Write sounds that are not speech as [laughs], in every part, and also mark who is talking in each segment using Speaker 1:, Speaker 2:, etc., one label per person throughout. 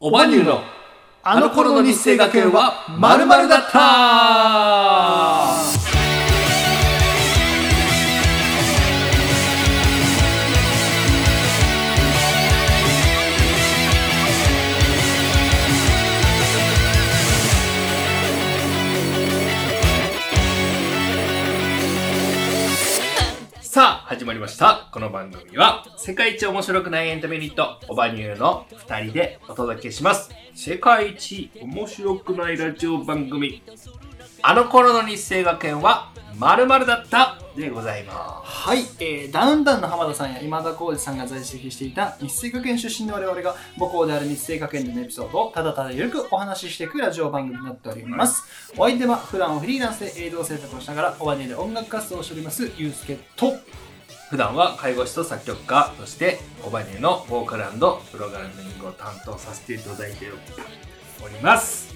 Speaker 1: おばにゅうのあの頃の日生学園はまるだったさあ始まりましたこの番組は世界一面白くないエンタメユニットオバニューの2人でお届けします世界一面白くないラジオ番組あの頃の日生学園はまるだったでございま
Speaker 2: はい、えーダウンタウンの浜田さんや今田耕司さんが在籍していた日生学園出身の我々が母校である日生学園でのエピソードをただただゆるくお話ししていくラジオ番組になっております、お相手は普段はフリーランスで映像制作をしながらオバネで音楽活動をしておりますゆうすけと
Speaker 1: す普段は介護士と作曲家としてオバニューのボーカルプログラミングを担当させていただいております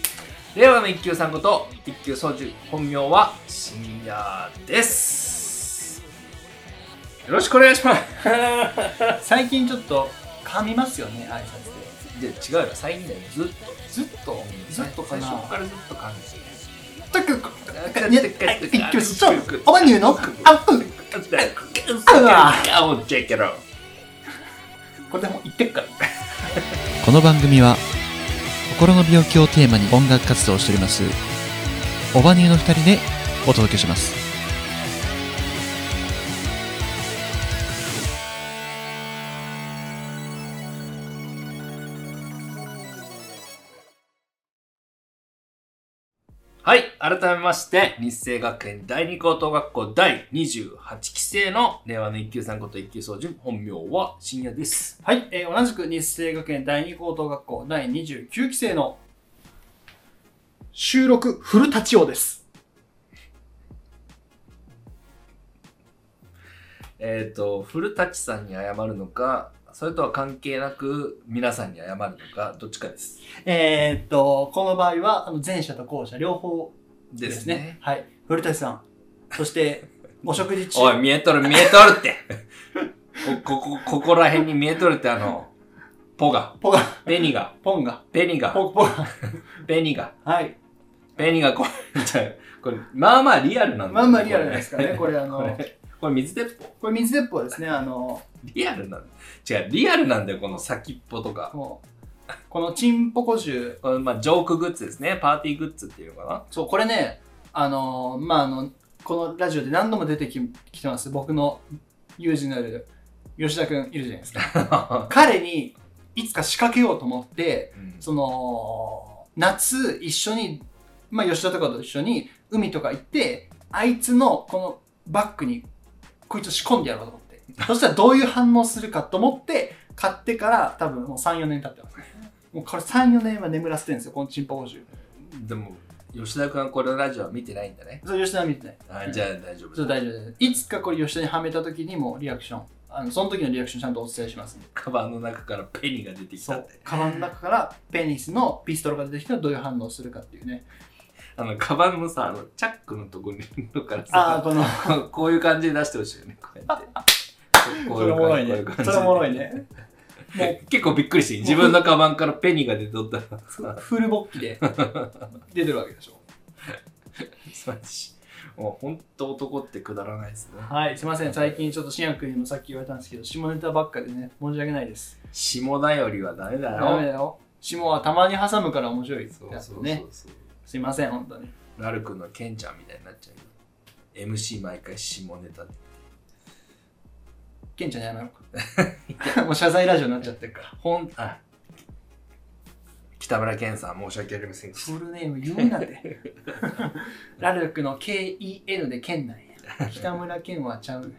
Speaker 1: 令和の一級さんこと一級操縦本名は深夜ですよろしくお願いします
Speaker 2: 最近ちょっと噛みますよね挨拶で
Speaker 1: で違うよ最近だよずっと
Speaker 2: ずっとずっとか
Speaker 1: 最
Speaker 2: な
Speaker 1: 初からずっと感じて
Speaker 2: とく一挙手とオバニューのアップこれでも言ってっから
Speaker 3: この番組は心の病気をテーマに音楽活動をしておりますオバニューの2人でお届けします
Speaker 1: はい改めまして日生学園第二高等学校第28期生の令和の一級さんこと一級総順本名は深夜です
Speaker 2: はい、えー同じく日生学園第二高等学校第29期生の収録フルタチオです。
Speaker 1: えっ、と古舘さんに謝るのかそれとは関係なく皆さんに謝るのかどっちかです
Speaker 2: えーっと、この場合はあの前者と後者両方
Speaker 1: で
Speaker 2: ですすね。
Speaker 1: ね
Speaker 2: はい、古舘さん、そ
Speaker 1: [laughs]
Speaker 2: してお食事
Speaker 1: おい
Speaker 2: 中、
Speaker 1: 見えとる見えとるって [laughs] こここここら辺に見えとるってあのポが
Speaker 2: ポが、
Speaker 1: ペニが、
Speaker 2: ポンが、
Speaker 1: ペニが、
Speaker 2: ポポが、
Speaker 1: ペニが、
Speaker 2: はい。
Speaker 1: ペニが、これ、じゃあこれ、まあまあリアルなんだ
Speaker 2: まあまあリアルじゃないですかね。
Speaker 1: こ
Speaker 2: これあ
Speaker 1: れ、
Speaker 2: の、
Speaker 1: こ
Speaker 2: これ
Speaker 1: れこれ水鉄砲
Speaker 2: 水鉄砲ですね。あの、
Speaker 1: リアルなんだ。違う、リアルなんだよ、この先っぽとか。
Speaker 2: もうこのチンポコ銃、
Speaker 1: これ、まあ、ジョークグッズですね。パーティーグッズっていうのか
Speaker 2: そう、これね、あの、まあ、あの、このラジオで何度も出てききてます。僕の友人のある吉田くんいるじゃないですか。 [laughs]
Speaker 1: な。
Speaker 2: 彼にいつか仕掛けようと思って、
Speaker 1: うん
Speaker 2: その、夏一緒に、まあ吉田とかと一緒に海とか行って、あいつのこのバッグにこいつを仕込んでやろうと思って。
Speaker 1: [laughs]
Speaker 2: そしたらどういう反応するかと思って、買ってから多分もう3、4年経ってますね。もうこれ3、4年は眠らせてるんですよ、このチンポ補充。
Speaker 1: でも、吉田君はこれのラジオは見てないんだね。
Speaker 2: それ吉田は見てない。
Speaker 1: あじゃあ大丈
Speaker 2: そ
Speaker 1: 夫
Speaker 2: う大丈夫です。いつかこれ吉田にはめた時にもうリアクション、あのその時のリアクションちゃんとお伝えしますんで
Speaker 1: カバンの中からペニが出てき
Speaker 2: そ
Speaker 1: たっ
Speaker 2: う
Speaker 1: て。
Speaker 2: カバンの中からペニスのピストルが出てきたらどういう反応するかっていうね
Speaker 1: あの、カバンのさ、あの、チャックのとこにいるのから
Speaker 2: ああ
Speaker 1: さ、
Speaker 2: この
Speaker 1: [laughs] こういう感じで出してほしいよね、こうや
Speaker 2: [laughs]
Speaker 1: って。こ
Speaker 2: そう
Speaker 1: い
Speaker 2: れ
Speaker 1: う
Speaker 2: お
Speaker 1: 感じこう
Speaker 2: もろいね
Speaker 1: う感じ
Speaker 2: それおもろい
Speaker 1: [laughs]
Speaker 2: ねも
Speaker 1: 結構びっくりして自分のカバンからペニが出とったら [laughs]
Speaker 2: うフル勃起で出てるわけでしょ
Speaker 1: すまじもう本当男ってくだらないですね
Speaker 2: はいすいません最近ちょっと新薬にもさっき言われたんですけど下ネタばっかでね申し訳ないです
Speaker 1: 下だよりはダメだよ
Speaker 2: ダメだよ下はたまに挟むから面白い
Speaker 1: そう
Speaker 2: やつ
Speaker 1: そうそう
Speaker 2: ねすいません本当に
Speaker 1: ラル君のケンちゃんみたいになっちゃうよ MC 毎回下ネタで
Speaker 2: ケンちゃんに謝ろう [laughs] かもう謝罪ラジオになっちゃってるから
Speaker 1: ほんあ北村健さん申し訳ありませんでし
Speaker 2: フルネーム言うな [laughs] って。ラルクの KEN で県なんや。北村県はちゃう。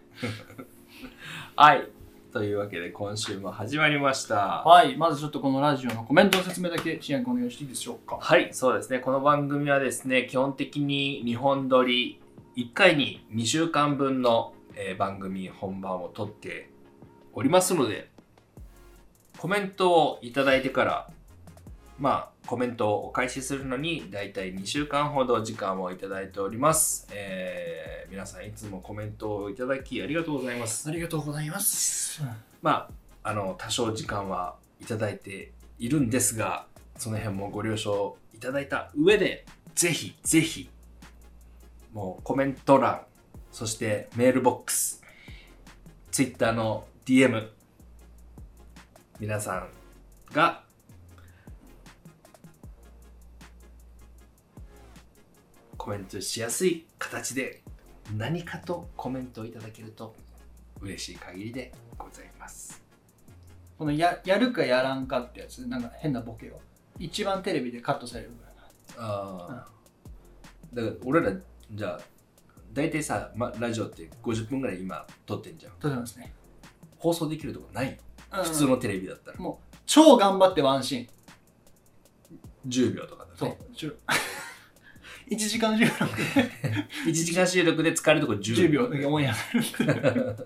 Speaker 1: たはいというわけで今週も始まりました
Speaker 2: はい、まずちょっとこのラジオのコメントの説明だけ、しやんくんお願いしていいでしょうか。
Speaker 1: はい、そうですね。この番組はですね、基本的に2本撮り、1回に2週間分の、えー番組本番を撮っておりますので、コメントをいただいてから、まあ、コメントをお返しするのに、だいたい2週間ほど時間をいただいております。えー皆さんいつもコメントをいただきありがとうございます。
Speaker 2: ありがとうございます。
Speaker 1: まあ、あの、多少時間はいただいているんですが、その辺もご了承いただいた上で、ぜひぜひ、もうコメント欄、そしてメールボックス、Twitter の DM、皆さんが、コメントしやすい形で何かとコメントをいただけると嬉しい限りでございます。
Speaker 2: このややるかやらんかってやつなんか変なボケを一番テレビでカットされるぐらい
Speaker 1: ああ。だから俺らじゃあ大体さ、ま、ラジオって50分ぐらい今撮ってんじゃん。
Speaker 2: 撮ってますね、
Speaker 1: 放送できるとこない
Speaker 2: うん
Speaker 1: 普通のテレビだったら
Speaker 2: 超頑張ってワンシーン
Speaker 1: 10秒とかだ
Speaker 2: そう
Speaker 1: ね。
Speaker 2: [laughs] 1時間10秒
Speaker 1: 1時間収録で使えるとこ10
Speaker 2: 10
Speaker 1: 秒。
Speaker 2: 秒だけオンエアされるっていう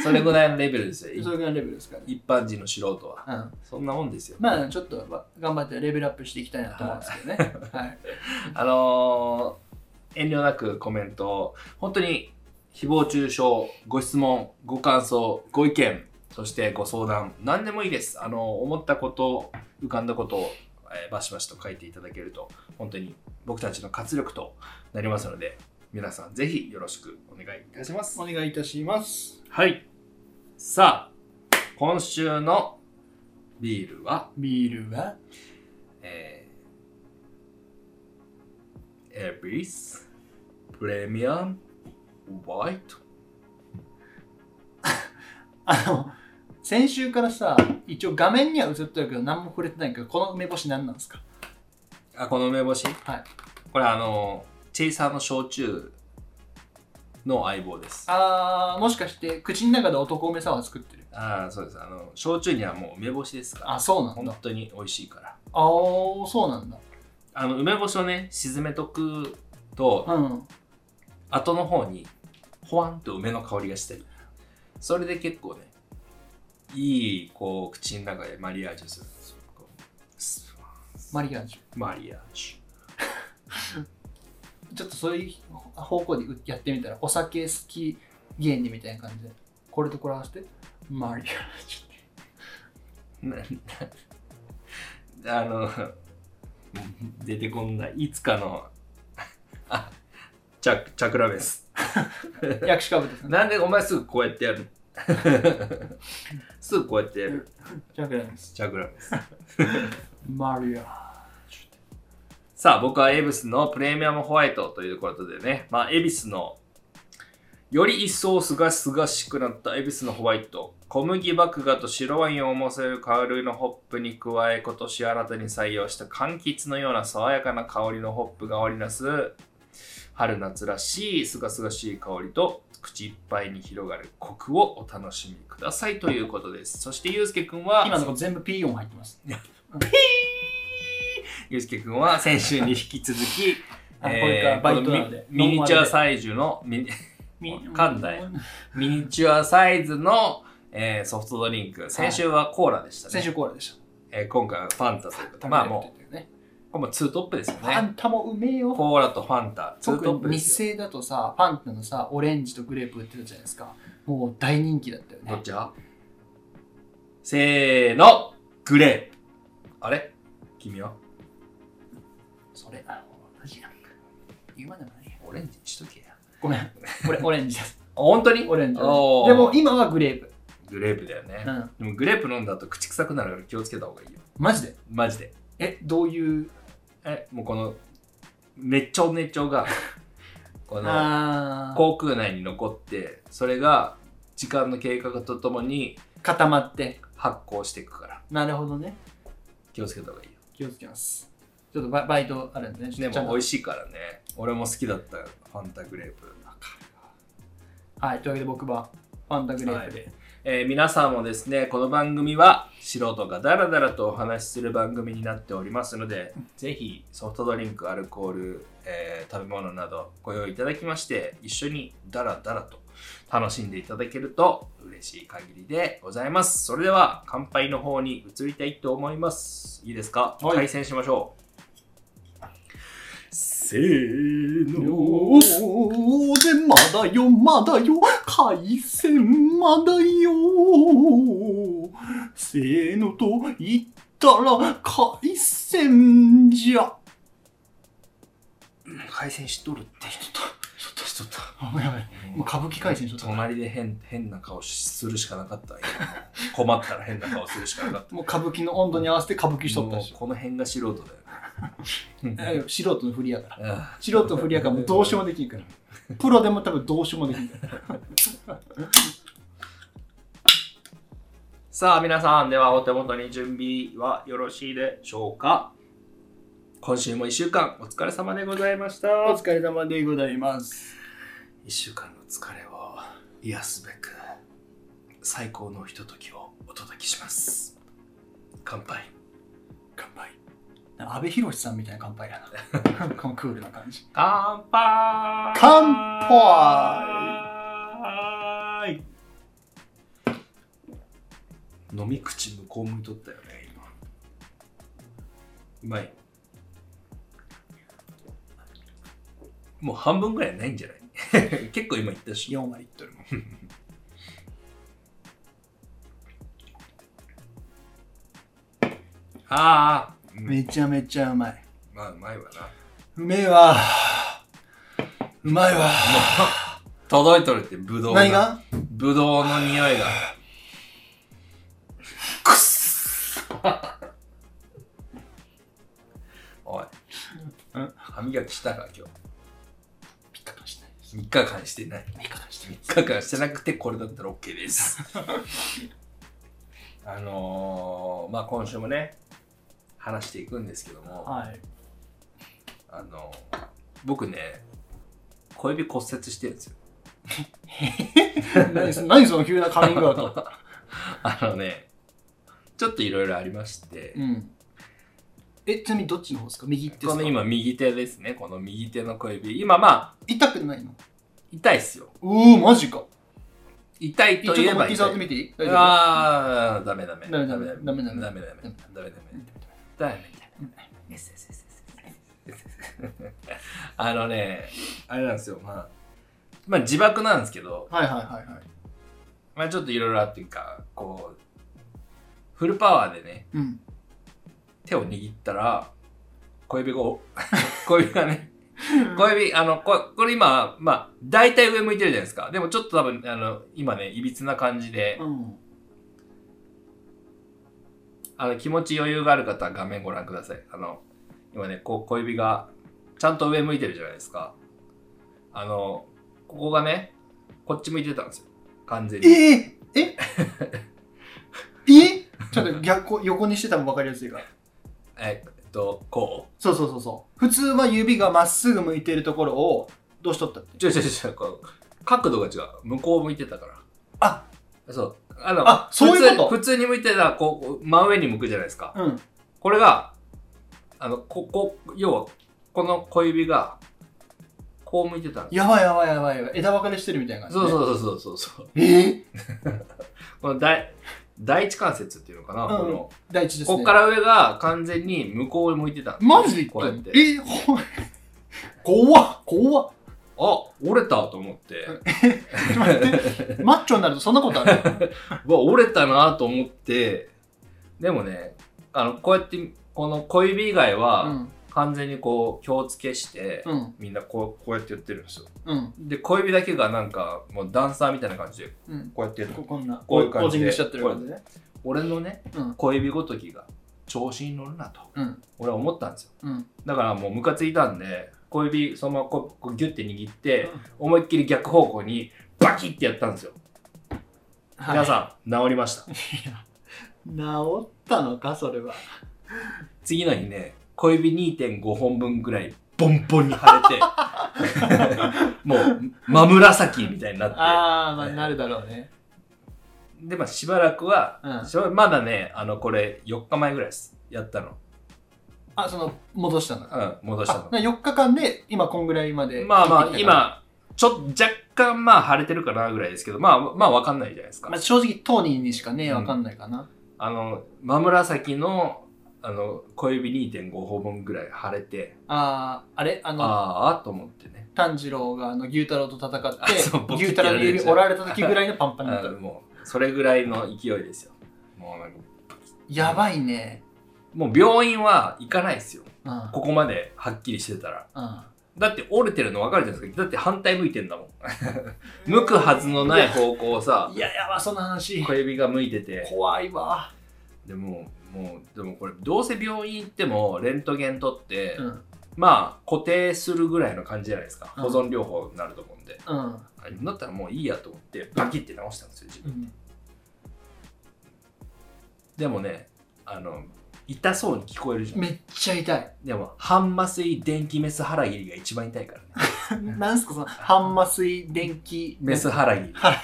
Speaker 1: [laughs] それぐらいのレベルです
Speaker 2: そ
Speaker 1: よ。
Speaker 2: れぐらいのレベルですから、
Speaker 1: 一般人の素人は。
Speaker 2: うん、
Speaker 1: そんなもんですよ。
Speaker 2: まあちょっとわ頑張ってレベルアップしていきたいなと思うんですけど
Speaker 1: [laughs]
Speaker 2: ね。はい。
Speaker 1: あのー遠慮なくコメントを、本当に誹謗中傷、ご質問、ご感想、ご意見、そしてご相談、何でもいいです。あのー思ったこと、浮かんだことを、えーバシバシと書いていただけると、本当に僕たちの活力となりますので、皆さんぜひよろしくお願いいたします。
Speaker 2: お願いいたします。
Speaker 1: はい。さあ、今週のビールは、
Speaker 2: ビールは
Speaker 1: えー、エビスプレミアムホワイト
Speaker 2: あの、先週からさ、一応画面には映ってるけど何も触れてないけど、この梅干し何なんですか
Speaker 1: あこの梅干し
Speaker 2: はい
Speaker 1: これあのチェイサーの焼酎の相棒ですあ
Speaker 2: あー、もしかして口の中で男梅サワー作ってる。
Speaker 1: あーそうですあの焼酎にはもう梅干しですから
Speaker 2: あ、そうなんだ
Speaker 1: 本。当に美味しいから
Speaker 2: あー、そうなんだ。
Speaker 1: あの梅干しをね沈めとくと、
Speaker 2: うん。
Speaker 1: 後の方にほわんと梅の香りがしてるそれで結構ねいいこう口の中でマリアージュするんですよこうス
Speaker 2: マリアージ
Speaker 1: マリアージ
Speaker 2: ュ。ちょっとそういう方向でやってみたら、お酒好き芸人みたいな感じで、これとこれ合わせて、マリアージュって。
Speaker 1: ュ [laughs] ななあの出てこんないつかのあチャチャクラベス [laughs]
Speaker 2: 薬師かぶですね。
Speaker 1: なんでお前すぐこうやってやる [laughs] すぐこうやってやる
Speaker 2: じゃなです。
Speaker 1: チャクラベス
Speaker 2: マリア。
Speaker 1: さあ、僕はエビスのプレミアムホワイトということでね、まあ、エビスの、より一層すがすがしくなったエビスのホワイト、小麦麦芽と白ワインを思わせる香りのホップに加え、今年新たに採用した柑橘のような爽やかな香りのホップが織りなす、春夏らしいすがすがしい香りと、口いっぱいに広がるコクをお楽しみくださいということです。そして、ゆうすけくんは、
Speaker 2: 今のとこ全部 P 音入ってます。
Speaker 1: ゆうすけくんは先週に引き続き、
Speaker 2: [laughs] あのこれからバイトなので
Speaker 1: このミミニチュア
Speaker 2: イ
Speaker 1: サイズのミニ [laughs] 噛んだよ
Speaker 2: よ。
Speaker 1: ミニチュアサイズの、えーソフトドリンク先週はコーラでしたね、
Speaker 2: 先週コーラでし
Speaker 1: えー今回はファンタということで
Speaker 2: た。
Speaker 1: まあもう
Speaker 2: う。ね、
Speaker 1: これもツートップですよ
Speaker 2: ファ
Speaker 1: ね
Speaker 2: ンタもうめえよ。
Speaker 1: コーラとファンタツー
Speaker 2: 特
Speaker 1: トップ
Speaker 2: に
Speaker 1: で
Speaker 2: 日
Speaker 1: すよ
Speaker 2: 清だとさ、ファンタのさ、オレンジとグレープ売ってるじゃないですか。もう大人気だったよ
Speaker 1: どっ
Speaker 2: ね。
Speaker 1: ちだせーのグレーあれ君は
Speaker 2: それ、あの、同じやんか。言うまでもないや。
Speaker 1: オレンジにしとけやあ
Speaker 2: ごめん。これオレンジです。
Speaker 1: 本当に
Speaker 2: オレンジです。
Speaker 1: おー
Speaker 2: でも今はグレープ。
Speaker 1: グレープだよね
Speaker 2: う、ん。
Speaker 1: でもグレープ飲んだ後口臭くなるから気をつけた方がいいよ
Speaker 2: マジで
Speaker 1: マジで
Speaker 2: え、どういう。
Speaker 1: えもうこの熱調熱調
Speaker 2: [laughs]
Speaker 1: がこの
Speaker 2: あー
Speaker 1: 口腔内に残ってそれが時間の経過とともに
Speaker 2: 固まって。
Speaker 1: 発酵していくから
Speaker 2: なるほどね。
Speaker 1: 気をつけた方がいいよ
Speaker 2: 気をつけます。ちょっとババイトあるんでね。ちょ
Speaker 1: で
Speaker 2: っとちゃん
Speaker 1: も
Speaker 2: と
Speaker 1: 美味しいからね俺も好きだったファンタグレープ
Speaker 2: はい、というわけで僕はファンタグレープで。
Speaker 1: はいえー皆さんもですねこの番組は素人がダラダラとお話しする番組になっておりますのでぜひソフトドリンクアルコール、えー食べ物などご用意いただきまして一緒にダラダラと楽しんでいただけると嬉しい限りでございますそれでは乾杯の方に移りたいと思いますいいですか、
Speaker 2: はい
Speaker 1: 対戦しましょうせー
Speaker 2: おーでまだよまだよ海鮮まだよせーのと言ったら海鮮じゃ。
Speaker 1: 海鮮しとるってしとったしとった
Speaker 2: あやばいもう歌舞伎海鮮しとった。
Speaker 1: 隣で変変な顔するしかなかった今 [laughs] 困ったら変な顔するしかなかった
Speaker 2: もう歌舞伎の温度に合わせて歌舞伎しとった
Speaker 1: も
Speaker 2: し
Speaker 1: う。この辺が素人だよね
Speaker 2: え素人の振りやから。
Speaker 1: あ
Speaker 2: 素人の振りやからもうどうしようもできんから。プロでも多分どうしようもできんから。
Speaker 1: さあ皆さんではお手元に準備はよろしいでしょうか今週も1週間お疲れ様でございました
Speaker 2: お疲れ様でございます。
Speaker 1: 1週間の疲れを癒すべく最高のひとときをお届けします乾杯
Speaker 2: 乾杯。阿部寛さんみたいな乾杯やな。 [laughs] このクールな感じ。
Speaker 1: 乾杯
Speaker 2: 乾
Speaker 1: 杯飲み口向こう向いとったよね今うまいもう半分ぐらいないんじゃない [laughs] 結構今いったし
Speaker 2: 4割いっとるもん。
Speaker 1: ああ、うん
Speaker 2: めちゃめちゃうまい。
Speaker 1: まあうまいわな
Speaker 2: うめえわ。うまいわ。
Speaker 1: 届いとるってブドウ
Speaker 2: 何が
Speaker 1: ブドウの匂いがくっ
Speaker 2: [laughs]
Speaker 1: すおい
Speaker 2: ん
Speaker 1: 歯磨きしたか今
Speaker 2: ピカピカしてないです
Speaker 1: 日3日間してない
Speaker 2: ピカピカしてないです
Speaker 1: 3日間してなくてこれだったら OK です [laughs] あのー、まあ今週もね話していくんですけども、
Speaker 2: はい。
Speaker 1: あのー僕ね小指骨折してるんですよ
Speaker 2: 何そ何その急なカミングアウト。
Speaker 1: [laughs] あのねちょっといろいろありまして、
Speaker 2: うん。え、ちなみにどっちの方ですか右手で
Speaker 1: こ
Speaker 2: す
Speaker 1: の
Speaker 2: か
Speaker 1: 今右手ですねこの右手の小指今まあ
Speaker 2: 痛くないの
Speaker 1: 痛いっすよ
Speaker 2: おお、マジか。
Speaker 1: 痛い
Speaker 2: ちょ
Speaker 1: と
Speaker 2: っと
Speaker 1: 言え
Speaker 2: 思
Speaker 1: ば
Speaker 2: いっ
Speaker 1: 痛
Speaker 2: きり
Speaker 1: い
Speaker 2: 触ってみていい大丈夫
Speaker 1: ああダメダメ
Speaker 2: ダメダ
Speaker 1: ダメダメ
Speaker 2: メダ
Speaker 1: ダメダ
Speaker 2: メ
Speaker 1: メ
Speaker 2: メ
Speaker 1: ダメダメメッセージメッセージあのねあれなんですよまあまあ自爆なんですけど
Speaker 2: はいはいはいはい。
Speaker 1: まあちょっといろいろあっていうかこうフルパワーでね
Speaker 2: うん。
Speaker 1: 手を握ったら小指が小指がね小指あのここれ今まあ大体上向いてるじゃないですかでもちょっと多分あの今ねいびつな感じで
Speaker 2: うん。
Speaker 1: あの気持ち余裕がある方は画面ご覧くださいあの今ねこう小指がちゃんと上向いてるじゃないですかあのここがねこっち向いてたんですよ完全
Speaker 2: え
Speaker 1: に
Speaker 2: えええちょっと逆横にしてたも分かりやすいから。
Speaker 1: えっとこ
Speaker 2: そうそうそうそう。普通は指がまっすぐ向いてるところをどうしとったって
Speaker 1: う。ちょちょちょこう角度が違う向こう向いてたから
Speaker 2: あ
Speaker 1: そうあの
Speaker 2: あそういうこと
Speaker 1: 普通普通に向いてたらこう真上に向くじゃないですか
Speaker 2: うん。
Speaker 1: これが、あの、ここ、要は、この小指が、こう向いてたんです
Speaker 2: やばいやばいやばいやばい。枝分かれしてるみたいな感じ、
Speaker 1: そ
Speaker 2: ね。
Speaker 1: うそうそうそうそう。
Speaker 2: う。ええ
Speaker 1: この第第一関節っていうのかな、
Speaker 2: うん
Speaker 1: この、
Speaker 2: 第一ですね。
Speaker 1: こっから上が完全に向こうを向いてたんです
Speaker 2: マジで
Speaker 1: これって。
Speaker 2: えほん怖っ怖っ
Speaker 1: あ、折れたと思って、
Speaker 2: ちょっと待ってマッチョになるとそんなこと
Speaker 1: [laughs]
Speaker 2: ある
Speaker 1: うわ、折れたなと思って、でもね、あの、こうやって、この小指以外
Speaker 2: う
Speaker 1: は、
Speaker 2: ん
Speaker 1: 完全にこう、気をつけして、
Speaker 2: うん
Speaker 1: みんなこう、こうやってやってるんですよ。
Speaker 2: うん
Speaker 1: で、小指だけがなんか、もうダンサーみたいな感じで、
Speaker 2: うん
Speaker 1: こうやってやる
Speaker 2: ここんな
Speaker 1: こ
Speaker 2: こ
Speaker 1: う
Speaker 2: う
Speaker 1: いう感
Speaker 2: ポー
Speaker 1: じで
Speaker 2: ジングしちゃってる感じね
Speaker 1: 俺のね、
Speaker 2: うん
Speaker 1: 小指ごときが調子に乗るなと
Speaker 2: うん
Speaker 1: 俺は思ったんですよ
Speaker 2: うん
Speaker 1: だからもうムカついたんで小指そのままこうこうギュッて握って思いっきり逆方向にバキッてやったんですよ、皆さん治りました
Speaker 2: ん治ったのかそれは
Speaker 1: 次の日ね小指2.5本分ぐらいボンボンに腫れて [laughs] もう真紫みたいになって
Speaker 2: ああまあ
Speaker 1: ええ
Speaker 2: なるだろうね
Speaker 1: でまあしばらくは、
Speaker 2: うん
Speaker 1: しばまだねあのこれ4日前ぐらいですやったの、
Speaker 2: あその戻した
Speaker 1: う
Speaker 2: の
Speaker 1: ん、戻したの
Speaker 2: あな4日間で今こんぐらいまで
Speaker 1: まあま
Speaker 2: 切
Speaker 1: あ
Speaker 2: ってきたから
Speaker 1: 今ちょっと若干まあ晴れてるかなぐらいですけどまあまあわかんないじゃないですか、
Speaker 2: まあ正直当人にしかねわかんないかな
Speaker 1: あの真紫のあの小指2.5本分ぐらい晴れて
Speaker 2: あーあれあの
Speaker 1: ああと思ってね
Speaker 2: 炭治郎があの牛太郎と戦
Speaker 1: あ [laughs] そう
Speaker 2: って
Speaker 1: ボキッ
Speaker 2: 牛
Speaker 1: て
Speaker 2: 太郎の指折られた時ぐらいのパンパンにな
Speaker 1: あ
Speaker 2: った
Speaker 1: もうそれぐらいの勢いですよもうなんか
Speaker 2: やばいね。
Speaker 1: もう病院は行かないですよ。
Speaker 2: うん。うん。
Speaker 1: ここまではっきりしてたら。
Speaker 2: うん
Speaker 1: だって折れてるの分かるじゃないですか。だって反対向いてんだもん。向くはずのない方向をさ、
Speaker 2: いや、やば、そんな話。
Speaker 1: 小指が向いてて。
Speaker 2: 怖いわ。
Speaker 1: でもう、もう、でもこれ、どうせ病院行っても、レントゲン取って、
Speaker 2: うん。
Speaker 1: まあ、固定するぐらいの感じじゃないですか。
Speaker 2: うん
Speaker 1: 保存療法になると思うんで。
Speaker 2: うん。
Speaker 1: あだったらもういいやと思って、バキって直したんですよ、自分。
Speaker 2: うん。
Speaker 1: でもね、あの、痛そうに聞こえるじゃん。
Speaker 2: めっちゃ痛い。
Speaker 1: でも、半麻酔電気メスハラギリが一番痛いからね。
Speaker 2: なんすか、その、半麻酔電気。
Speaker 1: メスハラギリ。
Speaker 2: はい。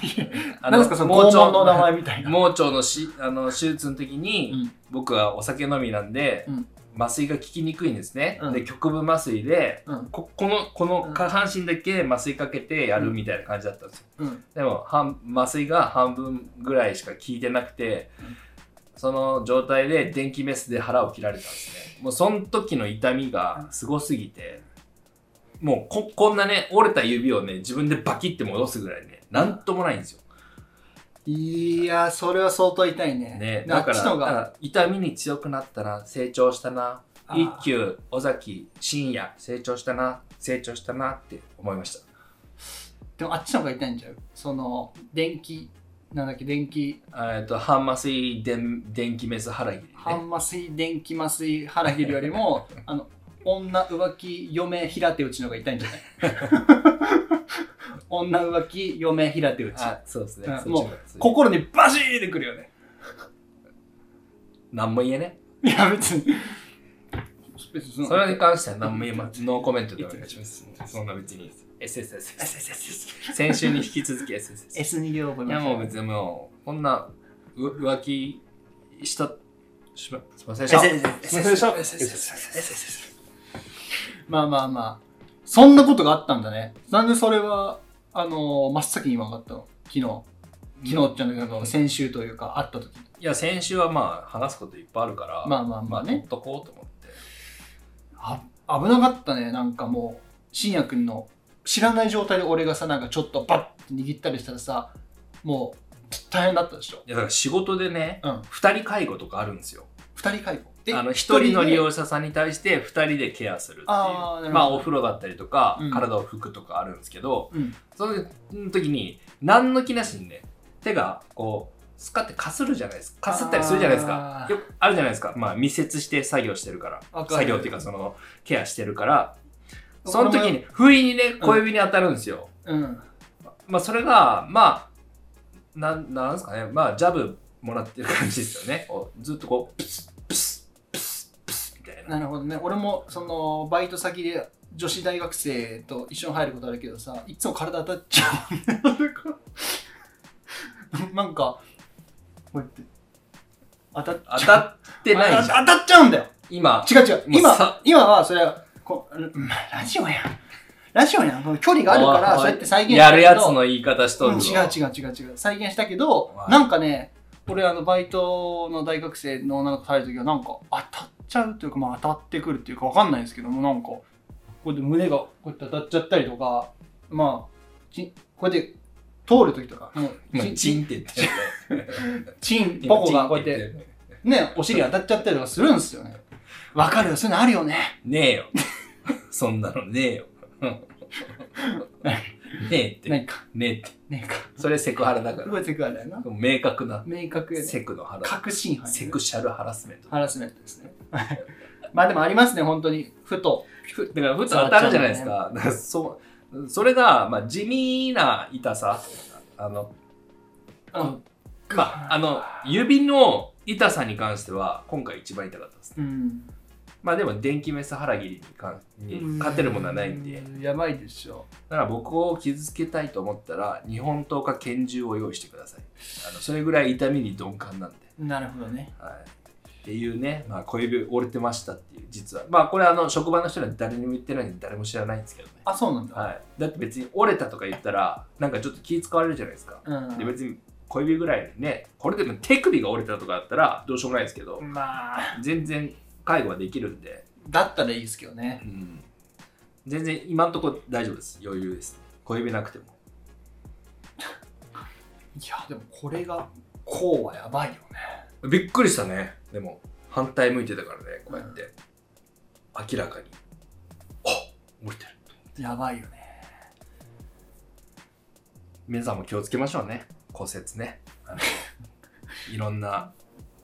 Speaker 1: あ
Speaker 2: なんすか、その、
Speaker 1: 盲
Speaker 2: 肛
Speaker 1: 腸
Speaker 2: 門の名前みたいな。
Speaker 1: 盲腸のしあの手術の時に、
Speaker 2: うん
Speaker 1: 僕はお酒飲みなんで、
Speaker 2: うん
Speaker 1: 麻酔が効きにくいんですね、
Speaker 2: うん
Speaker 1: で局部麻酔で
Speaker 2: うん。
Speaker 1: ここのこ
Speaker 2: う
Speaker 1: の
Speaker 2: ん
Speaker 1: 下半身だけ麻酔かけてやるみたいな感じだったんですよ、
Speaker 2: うん。
Speaker 1: でも半麻酔が半分ぐらいしか効いてなくて、
Speaker 2: うん
Speaker 1: その状態で電気メスで腹を切られたんですねもうその時の痛みがすごすぎてもうここんなね折れた指をね自分でバキって戻すぐらいねなんともないんですよ
Speaker 2: いや、それは相当痛いね。
Speaker 1: ね、
Speaker 2: あ
Speaker 1: だ
Speaker 2: っ
Speaker 1: から
Speaker 2: ちの
Speaker 1: だか
Speaker 2: が。
Speaker 1: ら痛みに強くなったな成長したな
Speaker 2: あー
Speaker 1: 一休尾崎深夜成長したな成長したなって思いました
Speaker 2: でも、あっちの方が痛いんちゃうその、電気、なんだっけ、電気、
Speaker 1: えっと半麻酔電電気メス腹切りね
Speaker 2: 半麻酔、電気麻酔、腹切るより [laughs] も、あの、女浮気、嫁、平手打ちの方が痛いんじゃない [laughs] 女浮気、嫁、平手打ち。
Speaker 1: あそうですね
Speaker 2: うん
Speaker 1: そっち
Speaker 2: もう
Speaker 1: そっち
Speaker 2: 心にバシーってくるよね。
Speaker 1: 何も言えね
Speaker 2: いや、別に。別に
Speaker 1: それに関しては何も言えまノーコメントでお願いしますそんな別に SSS 先週に引き続き SSS
Speaker 2: S2 行覚
Speaker 1: [laughs]
Speaker 2: え
Speaker 1: い
Speaker 2: ま
Speaker 1: や
Speaker 2: した
Speaker 1: もう別にもうこんなう浮気したしましませんでした
Speaker 2: すいませんでしたまあまあまあ。そんなことがあったんだね。なんでそれは、あのー、真っ先に今分かったの昨日。昨日っていうの
Speaker 1: う
Speaker 2: が
Speaker 1: ん
Speaker 2: 先週というか、会った時に。
Speaker 1: いや先週はまあ話すこといっぱいあるから
Speaker 2: まあまあまあね。
Speaker 1: 取っとこうと思って
Speaker 2: あ危なかったね。なんかもう、信也くんの知らない状態で俺がさ、なんかちょっとバッて握ったりしたらさ、もう大変だったでしょ。
Speaker 1: いやだから仕事でね
Speaker 2: うん。
Speaker 1: 2人介護とかあるんですよ
Speaker 2: 二人介護。え
Speaker 1: あの1
Speaker 2: 一
Speaker 1: 人の利
Speaker 2: で
Speaker 1: 用者さんに対して2人でケアするっていう
Speaker 2: あーなるほど
Speaker 1: まあお風呂だったりとか、
Speaker 2: うん
Speaker 1: 体を拭くとかあるんですけど
Speaker 2: うん。
Speaker 1: その時に何の気なしにね手がこうスカってかするじゃないですかかすったりするじゃないですか
Speaker 2: あー
Speaker 1: よくあるじゃないですかまあ密接して作業してるから
Speaker 2: わかる
Speaker 1: 作業っていうかそのケアしてるからその時に不意にね小指に当たるんですよ、
Speaker 2: うん。
Speaker 1: まあ、それが、まあ、なん、なんですかね、まあ、ジャブもらってる感じですよね。こうずっとこう、プス、プス、プス、プス、みたいな。
Speaker 2: なるほどね俺もそのバイト先で女子大学生と一緒に入ることあるけどさいつも体当たっちゃう [laughs] なんかこうやって当たっ
Speaker 1: 当
Speaker 2: ちゃ
Speaker 1: た
Speaker 2: う
Speaker 1: ってないじゃん。
Speaker 2: あ当たっちゃうんだよ
Speaker 1: 今、
Speaker 2: 違う違う
Speaker 1: もう
Speaker 2: 今
Speaker 1: さ
Speaker 2: 今はそれはこううんラジオやんラジオやんこの距離があるからそうやって再現した
Speaker 1: や
Speaker 2: け
Speaker 1: る
Speaker 2: ど
Speaker 1: やつの言い方しと
Speaker 2: う
Speaker 1: る
Speaker 2: ん、
Speaker 1: の。
Speaker 2: 違う違う違う違う再現したけど
Speaker 1: はい
Speaker 2: なんかね俺あのバイトの大学生の女の子と入る時はなんか当たっちゃうというか、まあ、当たってくるっていうかわかんないですけどもなんかこうやって胸がこうやって当たっちゃったりとかまあちこうやって通る時とかも
Speaker 1: 今
Speaker 2: う
Speaker 1: チ
Speaker 2: チ
Speaker 1: ン
Speaker 2: ン
Speaker 1: って言ってる。
Speaker 2: チン
Speaker 1: 今
Speaker 2: ポコがこうやっ
Speaker 1: チン言
Speaker 2: て
Speaker 1: る。
Speaker 2: ねお尻当たっちゃったりとかするんですよねわかるよそういうのあるよね
Speaker 1: ねえ [laughs] よ。そんなのねえよ。 [laughs] ねえって。ね
Speaker 2: 何か
Speaker 1: えって。
Speaker 2: 何か
Speaker 1: それセクハラだか
Speaker 2: す
Speaker 1: ら。
Speaker 2: ごいセクハラやな
Speaker 1: 明確な
Speaker 2: 明確やね
Speaker 1: セクのハラ。
Speaker 2: 確信犯やね
Speaker 1: セクシャルハラスメント。
Speaker 2: ハラスメントですねまあでもありますね本当にふとふ
Speaker 1: だから普通当たるじゃないですか。だからそうそれが、まあ、地味な痛さ。あの、
Speaker 2: あの
Speaker 1: まあ、あの、指の痛さに関しては、今回一番痛かったですね。
Speaker 2: うん
Speaker 1: まあでも、電気メス腹切りに関に勝てるものはないんで、
Speaker 2: うんやばいでしょ
Speaker 1: だから僕を傷つけたいと思ったら、日本刀か拳銃を用意してください。あのそれぐらい痛みに鈍感なんで。
Speaker 2: なるほどね
Speaker 1: はいっていうね、まあ、小指折れてましたっていう、実は。まあ、これ、あの、職場の人には誰にも言ってないんで、誰も知らないんですけどね。
Speaker 2: あそうなんだ、
Speaker 1: はい、だって別に折れたとか言ったらなんかちょっと気使われるじゃないですか、で
Speaker 2: う
Speaker 1: 別に小指ぐらいねこれでも手首が折れたとかだったらどうしようもないですけど、
Speaker 2: んまあ
Speaker 1: 全然介護はできるんで、
Speaker 2: だったらいいですけどね
Speaker 1: うん全然今のところ大丈夫です余裕です小指なくても
Speaker 2: いやでもこれがこうはやばいよね
Speaker 1: びっくりしたねでも反対向いてたからねこうやって、明らかにあ降りてる
Speaker 2: やばいよね。
Speaker 1: 皆さんも気をつけましょうね骨折ね [laughs] あのいろんな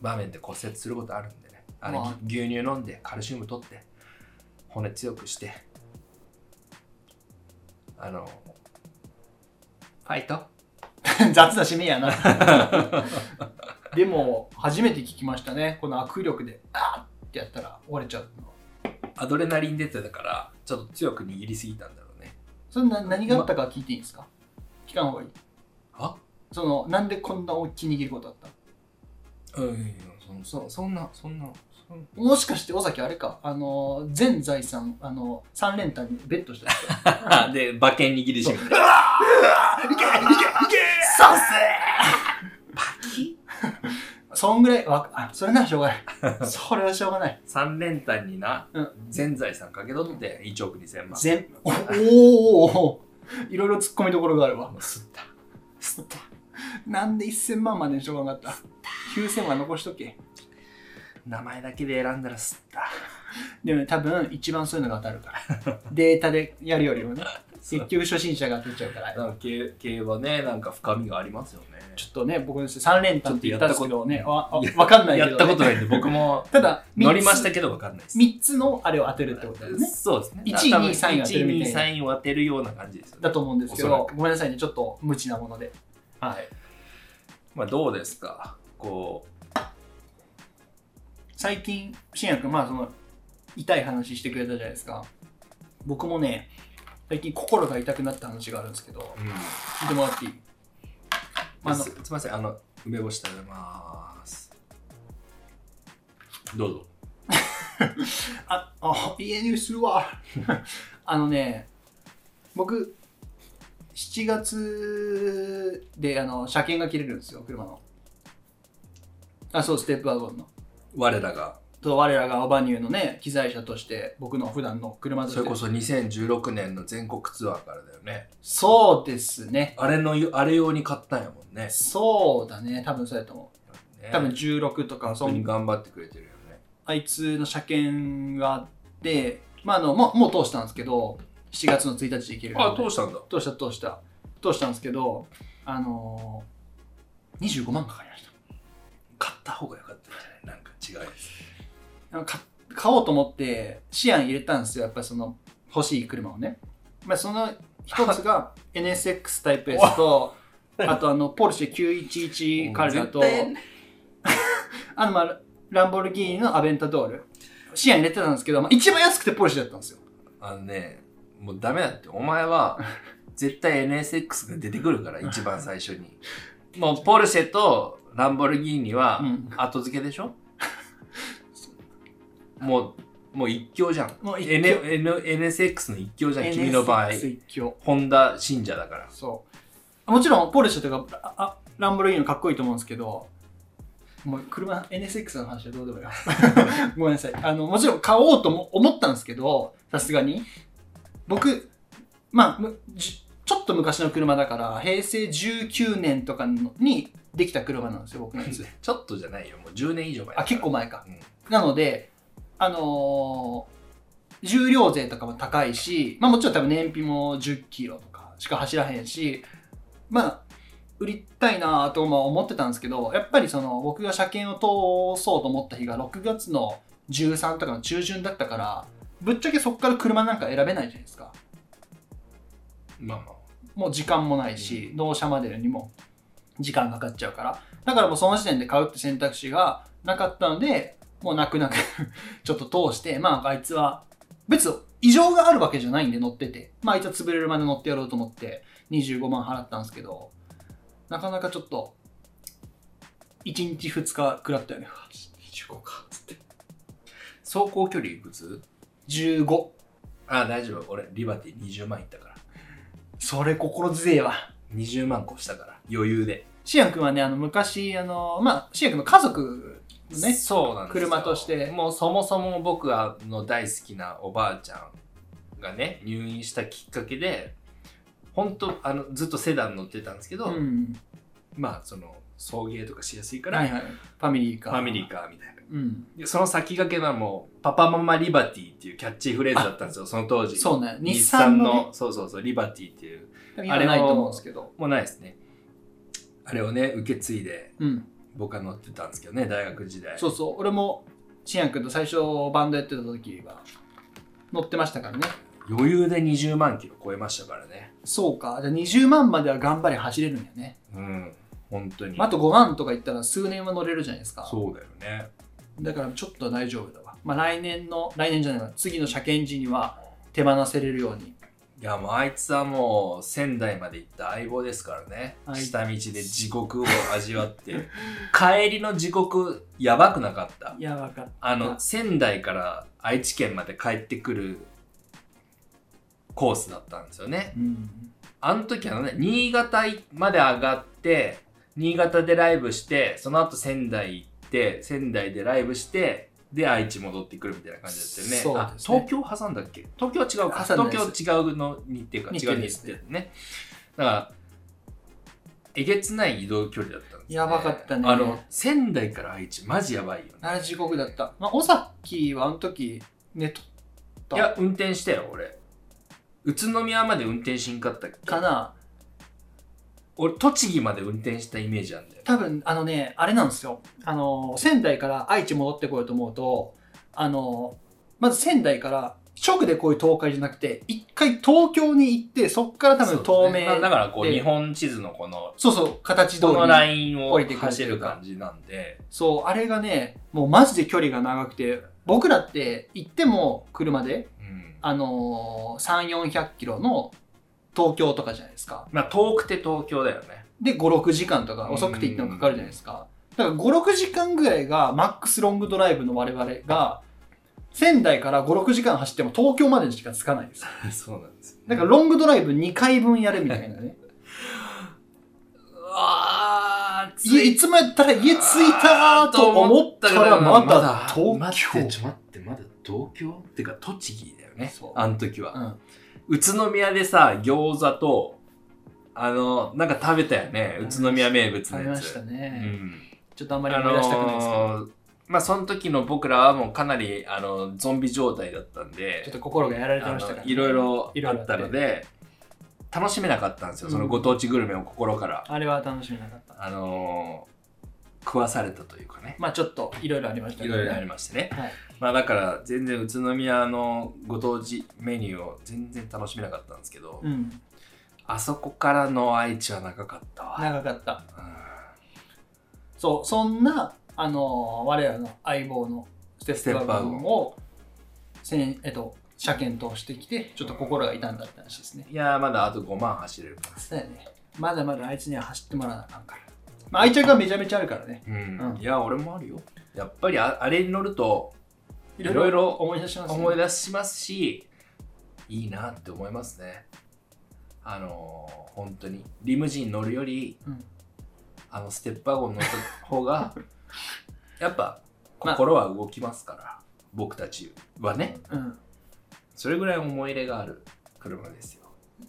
Speaker 1: 場面で骨折することあるんでねあれ、
Speaker 2: まあ
Speaker 1: 牛乳飲んでカルシウム取って骨強くしてあのファイト
Speaker 2: [laughs] 雑な締めやな。 [laughs] でも、初めて聞きましたね。この握力で、あーってやったら折れちゃうの。
Speaker 1: アドレナリン出てたからちょっと強く握りすぎたんだろうね
Speaker 2: それな何があったか聞いていいんですか聞かん方がいい。
Speaker 1: は
Speaker 2: その、なんでこんな大きい握ることだった
Speaker 1: うんそそそんなそんなそん
Speaker 2: のもしかして尾崎あれか、あの、全財産、あの、三連単にベットしたや
Speaker 1: [laughs]
Speaker 2: つ
Speaker 1: なで馬券握りしめて
Speaker 2: そうっすそんぐらい、わあ、それならしょうがない。それはしょうがない。
Speaker 1: 3連単にな、
Speaker 2: うん
Speaker 1: 全財産かけ取って1億2000万
Speaker 2: 全、おおーおーいろいろ突っ込みどころがあるわ。
Speaker 1: 吸った吸った
Speaker 2: なんで1000万までにしょうがなかった9000万残しとけ
Speaker 1: 名前だけで選んだら吸った
Speaker 2: でもね多分一番そういうのが当たるから
Speaker 1: [laughs]
Speaker 2: データでやるよりもね結局初心者が当たっちゃうから
Speaker 1: なんか競競馬ねなんか深みがありますよね
Speaker 2: ちょっとね僕の3連単って言ったんですけどねわあ
Speaker 1: いや
Speaker 2: わかんないけど、
Speaker 1: や
Speaker 2: ね、
Speaker 1: ったことないんで僕も
Speaker 2: ただ
Speaker 1: 乗りましたたけど分かんないです
Speaker 2: 3つのあれを当てるってことだよね
Speaker 1: そうですね
Speaker 2: 一位
Speaker 1: 多分
Speaker 2: 二位三位当てるみ
Speaker 1: 一位
Speaker 2: たいな
Speaker 1: 二位三位を当てるような感じですよね
Speaker 2: だと思うんですけ
Speaker 1: おそら
Speaker 2: ど
Speaker 1: く
Speaker 2: ごめんなさいねちょっと無知なもので
Speaker 1: はいまあどうですかこ
Speaker 2: 最近新也君まあその痛い話してくれたじゃないですか僕もね最近心が痛くなった話があるんですけど
Speaker 1: う、うん
Speaker 2: 聞いてもらっていい
Speaker 1: まあ、
Speaker 2: あの
Speaker 1: すすみませんあの梅干し食べますどうぞ
Speaker 2: あ、あ、いい匂いするわ。 [laughs] あのね、僕、7月であの車検が切れるんですよ、車の。あ、そう、ステップワゴンの。
Speaker 1: 我らが
Speaker 2: と、我らがオバニューのね、機材車として、僕の普段の車とし
Speaker 1: そ
Speaker 2: て。
Speaker 1: れこそ2016年の全国ツアーからだよね
Speaker 2: そうですね。
Speaker 1: あれのあれ用に買ったんやもんね
Speaker 2: そうだね、多分そうやと思う。
Speaker 1: ね
Speaker 2: 多分16とか、そ
Speaker 1: 本当に
Speaker 2: ん
Speaker 1: 頑張ってくれてるよね
Speaker 2: あいつの車検があって、まあ、あの、もうもう通したんですけど、7月の1日で行けるので
Speaker 1: あ通したんだ
Speaker 2: 通した通した通したんですけどあのー、25万かかりまし
Speaker 1: 買った方が良かったんじゃないなんか違いです
Speaker 2: たあのか買おうと思ってシアン入れたんですよやっぱりその欲しい車をね、まあ、その一つ [laughs] が NSX タイプ S とあとあのポルシェ911カルラと
Speaker 1: もう絶対
Speaker 2: [laughs] あのまあランボルギーニのアベンタドールシアン入れてたんですけど、まあ、一番安くてポルシェだったんですよ
Speaker 1: あのねもうダメだってお前は絶対 NSX が出てくるから一番最初にもうポルシェとランボルギーニは
Speaker 2: うん
Speaker 1: 後付けでしょ、もうもう一強じゃん
Speaker 2: もう一強
Speaker 1: N N NSX の一強じゃん君の場合
Speaker 2: NSX 一強
Speaker 1: ホンダ信者だから
Speaker 2: そうもちろんポルシェとかああランボルギーニもかっこいいと思うんですけどもう車 NSX の話はどうでも
Speaker 1: [laughs]
Speaker 2: いいわごめんなさいあのもちろん買おうとも思ったんですけどさすがに僕まあむじちょっと昔の車だから平成19年とかのにできた車なんですよ僕のやつ
Speaker 1: ちょっとじゃないよもう10年以上前だから
Speaker 2: あ結構前か
Speaker 1: うん
Speaker 2: なので、あのー重量税とかも高いし、まあもちろん多分燃費も10キロとかしか走らへんし、まあ、売りたいなぁとまあ思ってたんですけど、やっぱりその僕が車検を通そうと思った日が6月の13とかの中旬だったから、ぶっちゃけそこから車なんか選べないじゃないですか。
Speaker 1: まあまあ
Speaker 2: もう時間もないし、納車までにも時間かかっちゃうから。だからもうその時点で買うって選択肢がなかったので、もう泣く泣 [laughs] くちょっと通して、まああいつは、別に異常があるわけじゃないんで乗ってて、まああいつは潰れるまで乗ってやろうと思って25万払ったんですけど、なかなかちょっと、1日2日食らったよね。うわ25か、つって。
Speaker 1: 走行距離いくつ
Speaker 2: 15。
Speaker 1: あ大丈夫俺リバティ20万いったから
Speaker 2: それ心強えわ。
Speaker 1: 20万越したから余裕で、
Speaker 2: シアン君はね、あの昔、あの、まあ、シアン君の家族のね、
Speaker 1: そうなんですよ
Speaker 2: 車として
Speaker 1: もうそもそも僕はあの大好きなおばあちゃんがね入院したきっかけで本当あのずっとセダン乗ってたんですけど、
Speaker 2: うん、
Speaker 1: まあその送迎とかしやすいから、
Speaker 2: はいはいファミリー
Speaker 1: フ
Speaker 2: か
Speaker 1: ァミリーカーみたいな
Speaker 2: うん。
Speaker 1: でその先駆けなのも、パパママリバティっていうキャッチフレーズだったんですよ、その当時。
Speaker 2: そうね。
Speaker 1: 日
Speaker 2: 日
Speaker 1: 産
Speaker 2: 産
Speaker 1: の
Speaker 2: の、ね、
Speaker 1: そうそうそう、リバティっていう、
Speaker 2: でも
Speaker 1: あれ
Speaker 2: 今
Speaker 1: を
Speaker 2: ないと思うんですけど。
Speaker 1: もうないですね。あれをね、受け継いで、
Speaker 2: うん。
Speaker 1: 僕は乗ってたんですけどね、大学時代。
Speaker 2: そうそう。俺も、しんやくんと最初バンドやってた時は、乗ってましたからね。
Speaker 1: 余裕で20万キロ超えましたからね。
Speaker 2: そうか。じゃあ20万までは頑張り走れるんやね。
Speaker 1: うん、本当に。
Speaker 2: あと5万とかいったら数年は乗れるじゃないですか。
Speaker 1: そうだよね。
Speaker 2: だからちょっと大丈夫だわ。まあ来年の、来年じゃないわ。次の車検時には手放せれるように。
Speaker 1: いやもうあいつはもう仙台まで行った相棒ですからね
Speaker 2: はい
Speaker 1: 下道で地獄を味わって [laughs] 帰りの地獄やばくなかった
Speaker 2: いや、わかった。
Speaker 1: あの仙台から愛知県まで帰ってくるコースだったんですよね
Speaker 2: うん。
Speaker 1: あの時はね新潟まで上がって新潟でライブしてその後仙台行って仙台でライブしてで愛知戻ってくるみたいな感じだったよね
Speaker 2: そう
Speaker 1: あ
Speaker 2: ですね
Speaker 1: 東京挟んだっけ東京は違うか
Speaker 2: 挟んでないです
Speaker 1: 東京は違うの日程か
Speaker 2: 日
Speaker 1: 違う
Speaker 2: 程で
Speaker 1: 日
Speaker 2: す
Speaker 1: 程だねだからえげつない移動距離だったんです、ね、
Speaker 2: やばかったね
Speaker 1: あの仙台から愛知マジやばいよね
Speaker 2: あれ地獄だった。まあ、尾崎はあの時、寝とった
Speaker 1: いや、運転したよ、俺。宇都宮まで運転しんかったっけ
Speaker 2: かな。
Speaker 1: 俺、栃木まで運転したイメージなんだよ。
Speaker 2: 多分、あのね、あれなんですよ。あの、仙台から愛知戻ってこようと思うと、あの、まず仙台から直でこういう東海じゃなくて、一回東京に行って、そっから多分
Speaker 1: そう
Speaker 2: 東
Speaker 1: ですね
Speaker 2: 名、
Speaker 1: まあだから、こう、
Speaker 2: で
Speaker 1: 日本地図のこの、
Speaker 2: そうそう、形通り
Speaker 1: こ
Speaker 2: に。
Speaker 1: のラインを
Speaker 2: 降りてくる
Speaker 1: 走る感じなんで、
Speaker 2: そう、あれがね、もうマジで距離が長くて、僕らって行っても車で、
Speaker 1: うん
Speaker 2: あのー、3、400キロの東京とかじゃないですか。
Speaker 1: まあ、遠くて東京だよね。
Speaker 2: で、5、6時間とか遅くて行ってもかかるじゃないですか。だから5、6時間ぐらいがマックスロングドライブの我々が、仙台から5、6時間走っても東京までにしかつかないですよ。
Speaker 1: そうなんですよね
Speaker 2: だからロングドライブ2回分やるみたいなね。
Speaker 1: うわー、
Speaker 2: いいつもやったら家着いたーと思ったらまだ東
Speaker 1: 待って、ちょ待
Speaker 2: 京。
Speaker 1: って、まだ東京ってか、栃木だよね
Speaker 2: そう。
Speaker 1: あの時は
Speaker 2: う。ん
Speaker 1: 宇都宮でさ餃子とあのなんか食べたよね宇都宮名物
Speaker 2: 食
Speaker 1: の
Speaker 2: べ
Speaker 1: や
Speaker 2: ま
Speaker 1: つ
Speaker 2: した
Speaker 1: う
Speaker 2: ね。
Speaker 1: ん、
Speaker 2: ちょっとあん
Speaker 1: あ
Speaker 2: まり思い出したくないですけど。
Speaker 1: のーまあその時の僕らはもうかなりあのゾンビ状態だったん
Speaker 2: ちょっ
Speaker 1: で
Speaker 2: と心がやられて
Speaker 1: あ
Speaker 2: ましたから、
Speaker 1: のいろいろあったの
Speaker 2: いろいろ
Speaker 1: で楽しめなかったんですよそうの
Speaker 2: ん
Speaker 1: ご当地グルメを心から、
Speaker 2: あれは楽しみなかった
Speaker 1: あのー食わされたというかね
Speaker 2: まあちょっといろいろありました
Speaker 1: いろいろありましてね、
Speaker 2: はい
Speaker 1: まあだから全然宇都宮のご当地メニューを全然楽しめなかったんですけど、
Speaker 2: うん
Speaker 1: あそこからの愛知は長かったわ、
Speaker 2: 長かったそうそんなあのー我らの相棒のステップワゴンを先えっと車検通してきてちょっと心が痛んだって話ですね
Speaker 1: うんいやーまだあと5万走れるか
Speaker 2: そうだよねまだまだあいつには走ってもらわなあかんから、まあ、愛着がめちゃめちゃあるからね
Speaker 1: ら、うん
Speaker 2: うん
Speaker 1: いや俺もあるよやっぱりああれに乗ると
Speaker 2: い
Speaker 1: ろいろ
Speaker 2: 思い出しますね
Speaker 1: 思い出しますしいいなって思いますねあのー、本当にリムジン乗るより
Speaker 2: うん
Speaker 1: あのステップワゴン乗った方
Speaker 2: [laughs]
Speaker 1: がやっぱ心は動きますから、僕たちはね
Speaker 2: うん
Speaker 1: それぐらい思い入れがある車ですよ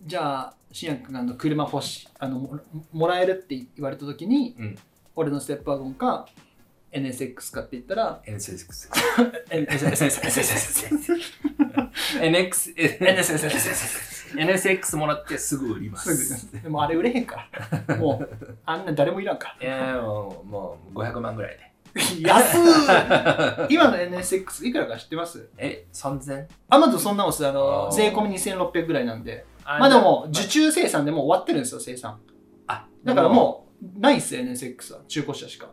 Speaker 2: じゃあ、しんやくんあの車欲しいあのも、もらえるって言われたときに、
Speaker 1: うん
Speaker 2: 俺のステップワゴンか NSX かって言ったら、
Speaker 1: NSX
Speaker 2: NSX。
Speaker 1: NX
Speaker 2: NSX
Speaker 1: NSX もらってすぐ売りますす。
Speaker 2: [laughs] ぐ。でもあれ売れへ
Speaker 1: [laughs]
Speaker 2: んから。もう、あんな誰もいらんか
Speaker 1: いやもうもう500万ぐらいで。
Speaker 2: ら。安ー今の NSX いくらか知ってます
Speaker 1: え、3000?
Speaker 2: アマゾンそんなもんす、あ
Speaker 1: あ
Speaker 2: の
Speaker 1: ー、
Speaker 2: 税込み2600ぐらいなんで。
Speaker 1: あ
Speaker 2: まあでも、受注生産でもう終わってるんですよ、生産。
Speaker 1: あ
Speaker 2: だからもう、ないっすよ、NSX は。中古車しか。
Speaker 1: う。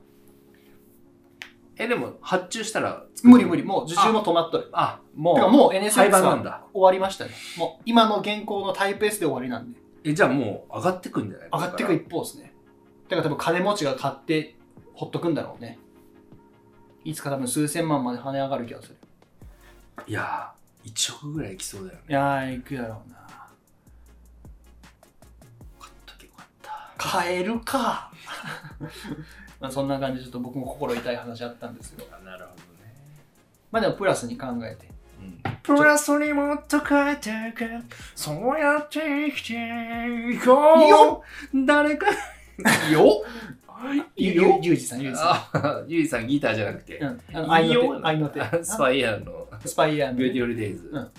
Speaker 1: え、でも発注したら作る
Speaker 2: 無理無理、。もう受注も止まっとる。
Speaker 1: あ、も
Speaker 2: てか
Speaker 1: う。
Speaker 2: もう
Speaker 1: 廃
Speaker 2: NSX
Speaker 1: 盤な
Speaker 2: は
Speaker 1: んだ。
Speaker 2: 終わりましたね。もう今の現行のタイプ S で終わりなんで、
Speaker 1: え、じゃあもう上がってくんじゃない
Speaker 2: 上がっていく。一方ですね。だから多分金持ちが買ってほっとくんだろうね。いつか多分数千万まで跳ね上がる気がする。
Speaker 1: いやー、1億ぐらいいきそうだよね。
Speaker 2: いやー、いくやろうな。
Speaker 1: 買っとけばよかっ
Speaker 2: 買えるか。 [laughs] まあそんな感じでちょっと僕も心痛い話あったんですけど。
Speaker 1: た。なるほどね。
Speaker 2: まあでもプラスに考えて。
Speaker 1: プラスにもっと変えていくそう [laughs] やって生きていこう誰か
Speaker 2: よゆ
Speaker 1: いいよ
Speaker 2: ゆゆうじさん、ゆうじさ
Speaker 1: あゆいさんギターじゃなくて
Speaker 2: ん。う、ん。あの、
Speaker 1: い
Speaker 2: 愛
Speaker 1: い
Speaker 2: の
Speaker 1: よ
Speaker 2: 手、愛の手。
Speaker 1: スパイヤーの
Speaker 2: スパイアーの
Speaker 1: ビューティフルデイズ
Speaker 2: うん。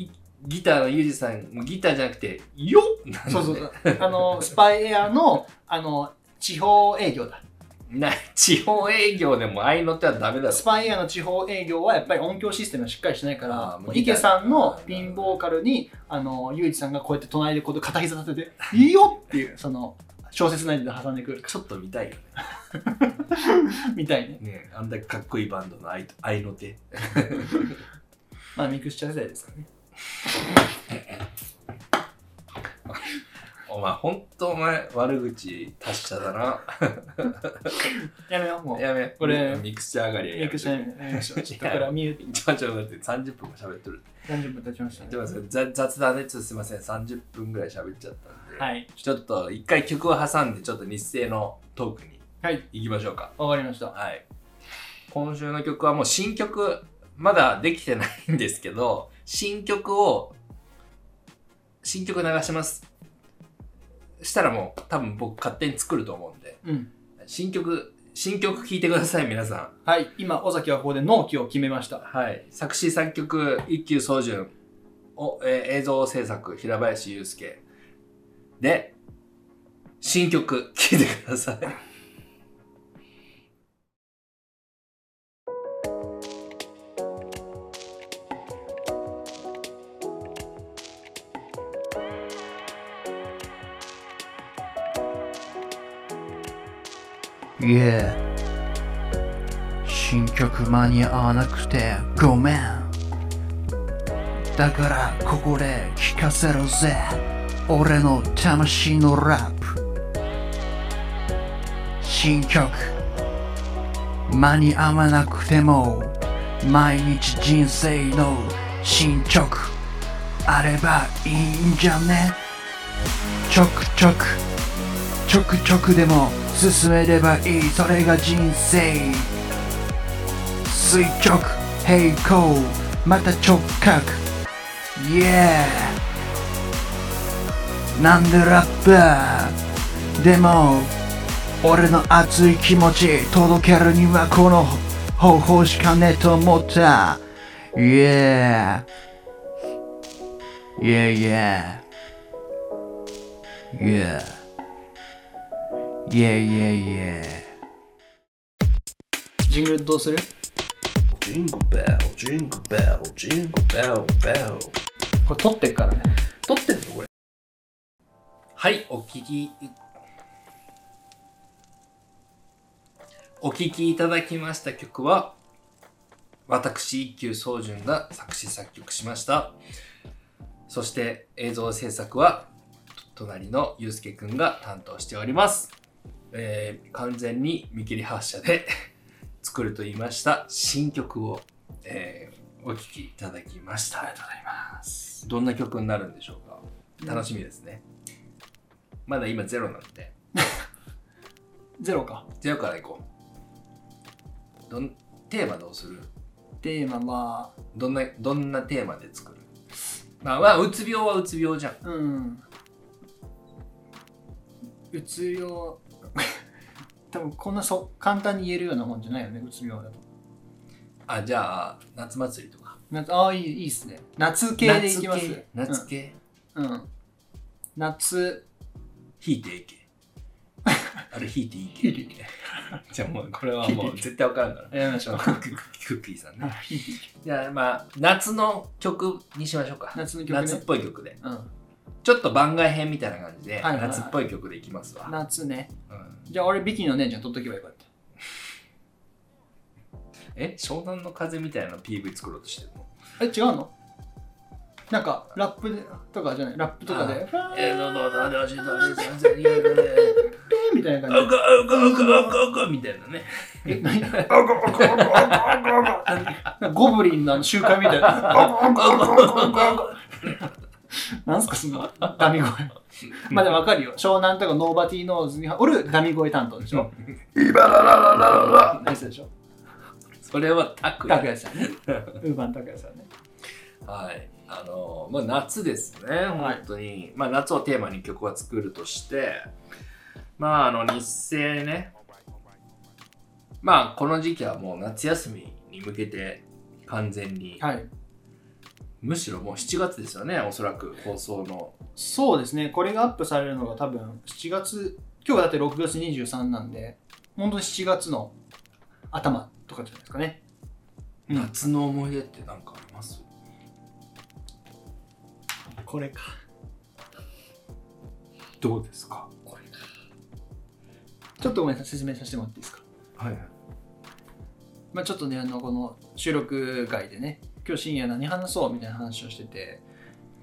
Speaker 1: いギターのゆうじさん、もうギターじゃなくて、よっなんだね
Speaker 2: そうそうそう。あの、スパイエアの、あの、地方営業だ。
Speaker 1: な地方営業でもああいうのってはダメだろ
Speaker 2: ス。パイエアの地方営業はやっぱり音響システムがしっかりしないか
Speaker 1: あー
Speaker 2: ら
Speaker 1: も、う
Speaker 2: 池さんのピンボーカルに、あの、ゆうじさんがこうやって隣でこう片膝立
Speaker 1: [laughs]
Speaker 2: てて、いいよっていう、その、小説内で挟んでくる。
Speaker 1: ちょっと見たいよね。
Speaker 2: みたいね。
Speaker 1: ねあんだけかっこいいバンドの愛と愛の手。
Speaker 2: まあ、ミクスチャー世代ですからね。
Speaker 1: お前、ほんとお前、悪口達者だな。
Speaker 2: やめよう、も
Speaker 1: [laughs]
Speaker 2: う。
Speaker 1: やめ、
Speaker 2: これ
Speaker 1: ミクスチャー上がりはや
Speaker 2: ミ
Speaker 1: め
Speaker 2: ク
Speaker 1: て
Speaker 2: スチャーやめましょう。ちょっとこれはミュー
Speaker 1: ちょちょだって30分も喋っとる。
Speaker 2: 30分経ちましたね
Speaker 1: で。もそれざ雑談でちょっとすいません、30分ぐらい喋っちゃったんで、
Speaker 2: はい。
Speaker 1: ちょっと一回曲を挟んで、ちょっと日生のトークに
Speaker 2: はい。
Speaker 1: 行きましょうか。
Speaker 2: わかりました。
Speaker 1: はい。今週の曲はもう新曲、まだできてないんですけど、新曲を、新曲流します。したらもう多分僕勝手に作ると思うんで、
Speaker 2: うん。
Speaker 1: 新曲、新曲聴いてください、皆さん。
Speaker 2: はい。今、尾崎はここで納期を決めました。
Speaker 1: はい、作詞作曲一休宗純を、えー映像制作平林祐介で新曲聴いてください。
Speaker 4: いえ新曲間に合わなくてごめんだからここで聴かせろぜ俺の魂のラップ新曲間に合わなくても毎日人生の進捗あればいいんじゃねちょくちょくちょくちょくでも進めればいいそれが人生垂直平行また直角イエーなんでラッパーでも俺の熱い気持ち届けるにはこの方法しかねえと思ったイエーイエーイエーイエー Yeah, yeah, yeah.
Speaker 2: ジングルどうする
Speaker 4: Jingle bell, jingle bell, jingle bell, bell.
Speaker 2: これ撮ってっからね。
Speaker 4: 撮ってんのこれ。
Speaker 1: はい、お聞き、お聞きいただきました曲は、私、一休宗純が作詞作曲しました。そして映像制作は、隣のゆうすけくんが担当しております。えー完全に見切り発車で [laughs] 作ると言いました新曲を、えーお聴きいただきました。ありがとうございます。どんな曲になるんでしょうか楽しみですね。まだ今ゼロなんで、
Speaker 2: ゼロか。
Speaker 1: ゼロからいこう。どんテーマどうする
Speaker 2: テーマは、
Speaker 1: どんなどんなテーマで作るまあ、まあ、うつ病はうつ病じゃん。
Speaker 2: うん。うつ病、 [laughs] 多分こんなそ簡単に言えるようなもんじゃないよね、うつ病だと。
Speaker 1: あ、じゃあ、夏祭りとか。
Speaker 2: 夏ああ、いいいいっすね。夏系でいきます。
Speaker 1: 夏系夏系、
Speaker 2: うん、うん。夏、
Speaker 1: 引いてい
Speaker 2: [laughs]
Speaker 1: け。あれ、引いていけ。
Speaker 2: 引いてい
Speaker 1: じゃあもう、これはもう絶対わからんから。
Speaker 2: やめまし
Speaker 1: ク [laughs]
Speaker 2: ょう。
Speaker 1: ッキークッキーさんね。じゃあ、まあ、夏の曲にしましょうか。
Speaker 2: 夏の曲ね
Speaker 1: 夏っぽい曲で。
Speaker 2: うん、
Speaker 1: ちょっと番外編みたいな感じで、
Speaker 2: いはいはい
Speaker 1: 夏っぽい曲でいきますわ。
Speaker 2: 夏ね。
Speaker 1: うん
Speaker 2: じゃあ俺、ビキニの姉ちゃん取っとけばよかった。
Speaker 1: え湘南の風みたいな PV 作ろうとしてるの
Speaker 2: え、違うのなんか、ラップでとかじゃない、ラップとかで、ふわー
Speaker 1: えどうぞどうぞどうぞどうぞどうぞどうぞ
Speaker 2: みたいな
Speaker 1: あ
Speaker 2: 感
Speaker 1: うかあうかあうかあうかあうかみたいなね
Speaker 2: じで。え、何なんかゴブリンのあの集会みたいな。なんすかそのダミ声。まあでもわかるよ。湘南とかノーバティーノーズにおるダミ声担当でしょ。ナイスでしょ。
Speaker 1: それはタクヤ
Speaker 2: 拓也さんね。ウーバン拓也さんね。
Speaker 1: はいあのまあ夏ですね本当に、まあ夏をテーマに曲は作るとしてまああの日生ねまあこの時期はもう夏休みに向けて完全に、
Speaker 2: はい。
Speaker 1: むしろもう7月ですよねおそらく放送の
Speaker 2: そうですね。これがアップされるのが多分7月、今日だって6月23なんで、本当に7月の頭とかじゃないですかね。うん
Speaker 1: 夏の思い出って何かあります、
Speaker 2: これか。
Speaker 1: どうですかこ
Speaker 2: ちょっとごめんなさい、説明させてもらっていいですか。
Speaker 1: れはい
Speaker 2: まあ、ちょっとねあのこの収録外でね今日深夜何話そうみたいな話をしてて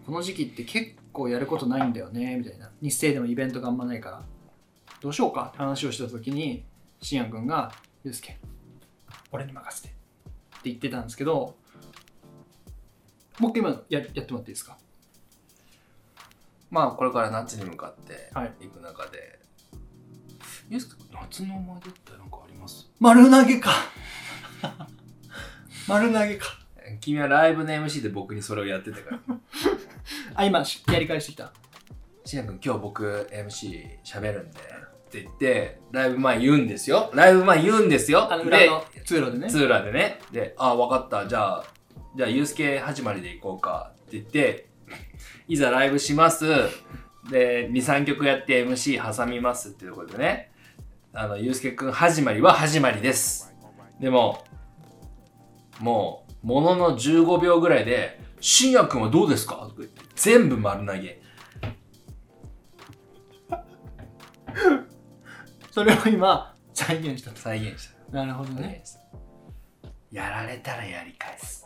Speaker 2: この時期って結構やることないんだよねみたいな日生でもイベントがあんまないからどうしようかって話をした時に深夜くんが「ゆうすけ俺に任せて」って言ってたんですけどもう一回今のややってもらっていいですか
Speaker 1: まあこれから夏に向かって
Speaker 2: はい
Speaker 1: いく中で、ユースケ夏の思い出って何かあります
Speaker 2: 丸投 [laughs] げか丸投げか
Speaker 1: 君はライブの MC で僕にそれをやってたから
Speaker 2: [laughs] あ今しやり返してきた
Speaker 1: しなくん今日僕 MC 喋るんでって言ってライブ前言うんですよライブ前言うんですよ
Speaker 2: あの裏
Speaker 1: で
Speaker 2: の通路でね
Speaker 1: ツーラでねで「ああ分かったじゃあじゃあユースケ始まりで行こうか」って言っていざライブしますで23曲やって MC 挟みますっていうことでねあのユースケくん始まりは始まりですでももうものの15秒ぐらいで「しんやくんはどうですか?」とか言って全部丸投げ
Speaker 2: それを今再現したんです
Speaker 1: 再現した
Speaker 2: なるほど
Speaker 1: 再
Speaker 2: ね
Speaker 1: 現したやられたらやり返す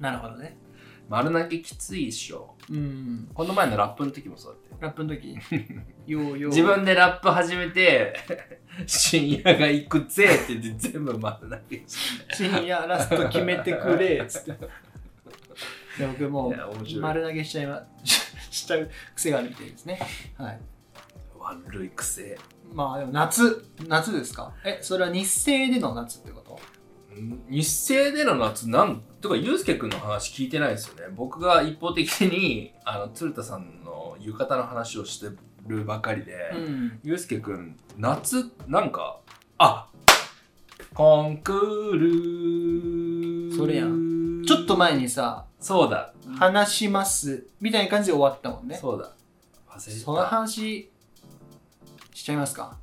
Speaker 2: なるほどね。
Speaker 1: 丸投げきついっしょ
Speaker 2: うん。
Speaker 1: この前のラップの時もそうだったよ
Speaker 2: ラップ
Speaker 1: [laughs]
Speaker 2: の時ようよう。
Speaker 1: 自分でラップ始めて深夜が行くぜって言って全部丸投げして
Speaker 2: 深夜ラスト決めてくれ
Speaker 1: [laughs]
Speaker 2: っつって。で僕も
Speaker 1: いや面白
Speaker 2: う
Speaker 1: い
Speaker 2: 丸投げしちゃいま [laughs] しちゃう癖があるみたいですね。はい。
Speaker 1: 悪い癖
Speaker 2: まあでも夏夏ですか。えそれは日生での夏ってこと？
Speaker 1: ん日生での夏なんとかユうスケ君の話聞いてないですよね僕が一方的にあの鶴田さんの浴衣の話をしてるばかりで、
Speaker 2: ん。
Speaker 1: ユうスケ君夏なんかあコンクール
Speaker 2: それや
Speaker 1: ん
Speaker 2: ちょっと前にさ
Speaker 1: そうだ、
Speaker 2: 話しますみたいな感じで終わったもんね。
Speaker 1: そうだ忘れて
Speaker 2: その
Speaker 1: た
Speaker 2: 話しちゃいますか。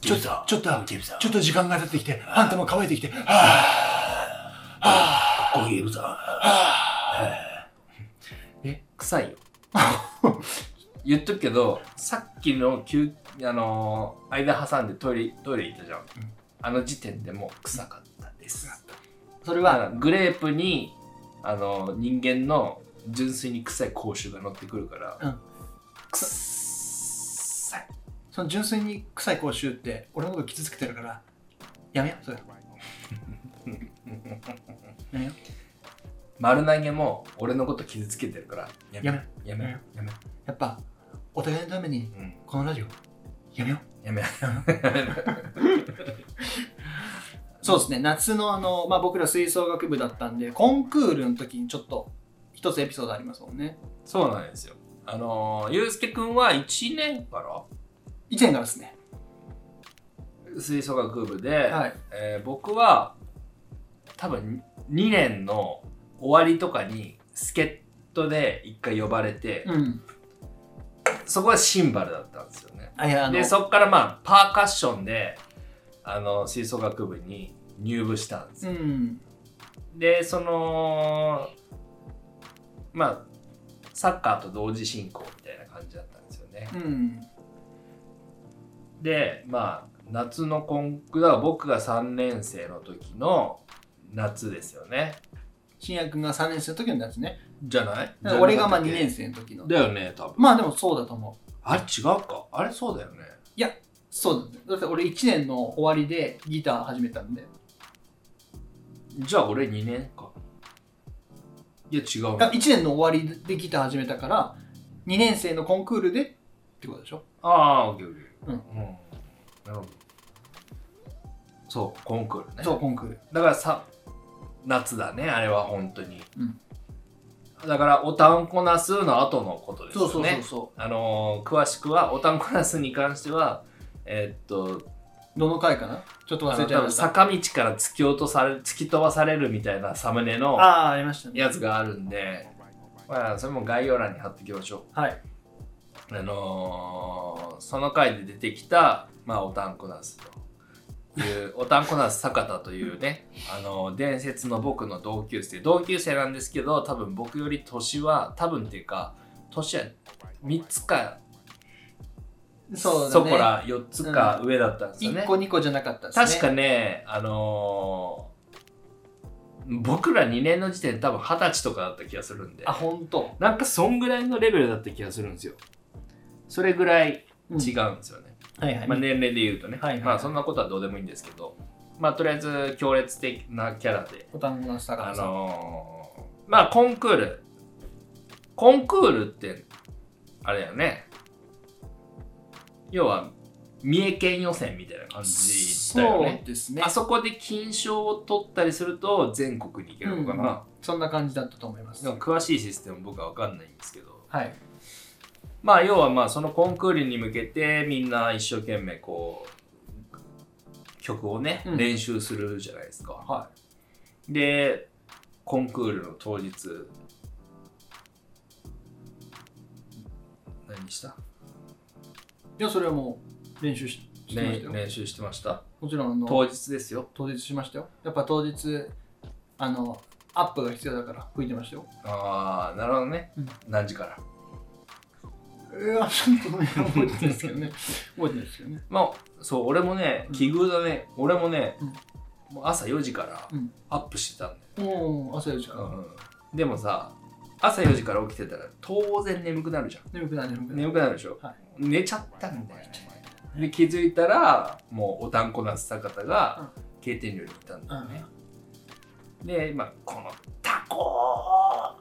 Speaker 4: ちょっと、ちょっと、
Speaker 1: ジェームさん
Speaker 4: ちょっと時間が経ってきて、パンタも乾いてきて、
Speaker 1: コーヒーさん。え、臭 [laughs] いよ。言っとくけど、さっきの休、あのー間挟んでトイレ、トイレ行ったじゃん。あの時点でもう臭かったです。
Speaker 2: それ
Speaker 1: だか
Speaker 2: は
Speaker 1: らグレープに、あのー人間の純粋に臭い口臭が乗ってくるから、
Speaker 2: うん
Speaker 1: 臭い。
Speaker 2: その純粋に臭い口臭って俺のこと傷つけてるからやめようそれ。やめよう。
Speaker 1: 丸投げも俺のこと傷つけてるから、や
Speaker 2: やめ
Speaker 1: やめ、やめ、
Speaker 2: やっぱお互いのために
Speaker 1: うん、
Speaker 2: このラジオやめよう
Speaker 1: やめ。
Speaker 2: そうですね夏のあの、まあ、僕ら吹奏楽部だったんでコンクールの時にちょっと一つエピソードありますもんね
Speaker 1: そうなんですよ。あのー、ゆうすけくんは1年か
Speaker 2: 以前からですね
Speaker 1: ら吹奏楽部で、
Speaker 2: はい
Speaker 1: えー僕は多分2年の終わりとかに助っ人で1回呼ばれて、
Speaker 2: うん
Speaker 1: そこはシンバルだったんですよね。
Speaker 2: あいやあの
Speaker 1: で、そこからまあ、パーカッションで、あの、吹奏楽部に入部したんですよ
Speaker 2: うん
Speaker 1: でそのまあサッカーと同時進行みたいな感じだったんですよね
Speaker 2: う。ん
Speaker 1: でまあ夏のコンクだから僕が3年生の時の夏ですよね。
Speaker 2: 新也くんが3年生の時の夏ね
Speaker 1: じゃない
Speaker 2: だから俺がまあ2
Speaker 1: じゃなか
Speaker 2: 年
Speaker 1: っ
Speaker 2: 生の時の
Speaker 1: たっけだよね多分。
Speaker 2: まあでもそうだと思う
Speaker 1: あれ違うかあれそうだよね。
Speaker 2: そうだ,、ね、だって俺1年の終わりでギター始めたんで
Speaker 1: じゃあ俺2年か。いや違う
Speaker 2: 1
Speaker 1: ね。
Speaker 2: 年の終わりでギター始めたから2年生のコンクールでってことでしょ
Speaker 1: ああオッケーオッケー。
Speaker 2: うん
Speaker 1: なるほど。そうコンクールね。
Speaker 2: そうコンクール
Speaker 1: だからさ夏だねあれは本当に、
Speaker 2: うん
Speaker 1: だから、おたんこなすの後のことですよ
Speaker 2: そ
Speaker 1: ね。
Speaker 2: うそうそうそ
Speaker 1: あのー詳しくは、おたんこなすに関しては、えーっと、
Speaker 2: うどの回かなちょっと
Speaker 1: あ
Speaker 2: 忘れ
Speaker 1: の多
Speaker 2: ちゃいま
Speaker 1: 分
Speaker 2: した
Speaker 1: 坂道から突き落とされ、突き飛ばされるみたいなサムネの
Speaker 2: ああーありましたね
Speaker 1: やつがあるんで、まあ、それも概要欄に貼っていきましょう。
Speaker 2: はい
Speaker 1: あのーその回で出てきた、まあ、おたんこなすという、おたんこなす坂田というね、 [laughs] あのー伝説の僕の同級生、同級生なんですけど、多分僕より年は、多分っていうか、年は3つか、
Speaker 2: そうだね
Speaker 1: こら4つか上だったんですよね。
Speaker 2: 1個2個じゃなかったですね
Speaker 1: 確かね、あのー僕ら2年の時点で多分20歳とかだった気がするんで
Speaker 2: あ、本当。
Speaker 1: なんかそんぐらいのレベルだった気がするんですよ。それぐらい違うんですよね。
Speaker 2: はいはい、
Speaker 1: まあ、年齢で言うとね、
Speaker 2: はいはい
Speaker 1: まあ、そんなことはどうでもいいんですけど、まあ、とりあえず強烈的なキャラで、
Speaker 2: おたんこの下が
Speaker 1: あ
Speaker 2: らさん
Speaker 1: のーまあコンクールコンクールってあれだよね要は三重県予選みたいな感じだよね
Speaker 2: そうですね
Speaker 1: あそこで金賞を取ったりすると全国に行けるのかな、
Speaker 2: そんな感じだったと思います
Speaker 1: でも詳しいシステム僕は分かんないんですけど
Speaker 2: はい
Speaker 1: まあ要はまあそのコンクールに向けてみんな一生懸命こう曲をね、
Speaker 2: うん
Speaker 1: 練習するじゃないですか。
Speaker 2: は
Speaker 1: でコンクールの当日何した
Speaker 2: いいやそれはもう練習ししてま
Speaker 1: ね
Speaker 2: したよ、
Speaker 1: 練習してました
Speaker 2: もちろんあの
Speaker 1: 当日ですよ。
Speaker 2: 当日しましたよやっぱ当日あのアップが必要だから吹いてましたよ
Speaker 1: ああなるほどね、
Speaker 2: うん
Speaker 1: 何時から。
Speaker 2: いやちょっとね覚えてないですけどね [laughs] 覚えてないですけどね
Speaker 1: まあそう俺もね奇遇だね、俺もね、
Speaker 2: うん
Speaker 1: もう朝4時から
Speaker 2: うん
Speaker 1: アップしてたんだよ。
Speaker 2: もう朝4時から
Speaker 1: うん、でもさ朝4時から起きてたら当然眠くなるじゃん。
Speaker 2: 眠くない眠くない、
Speaker 1: 眠くなるでしょ、
Speaker 2: はい
Speaker 1: 寝ちゃったんだよねで気づいたらもうおたんこなす坂田が経典料に行ったんだよね、で今このタコ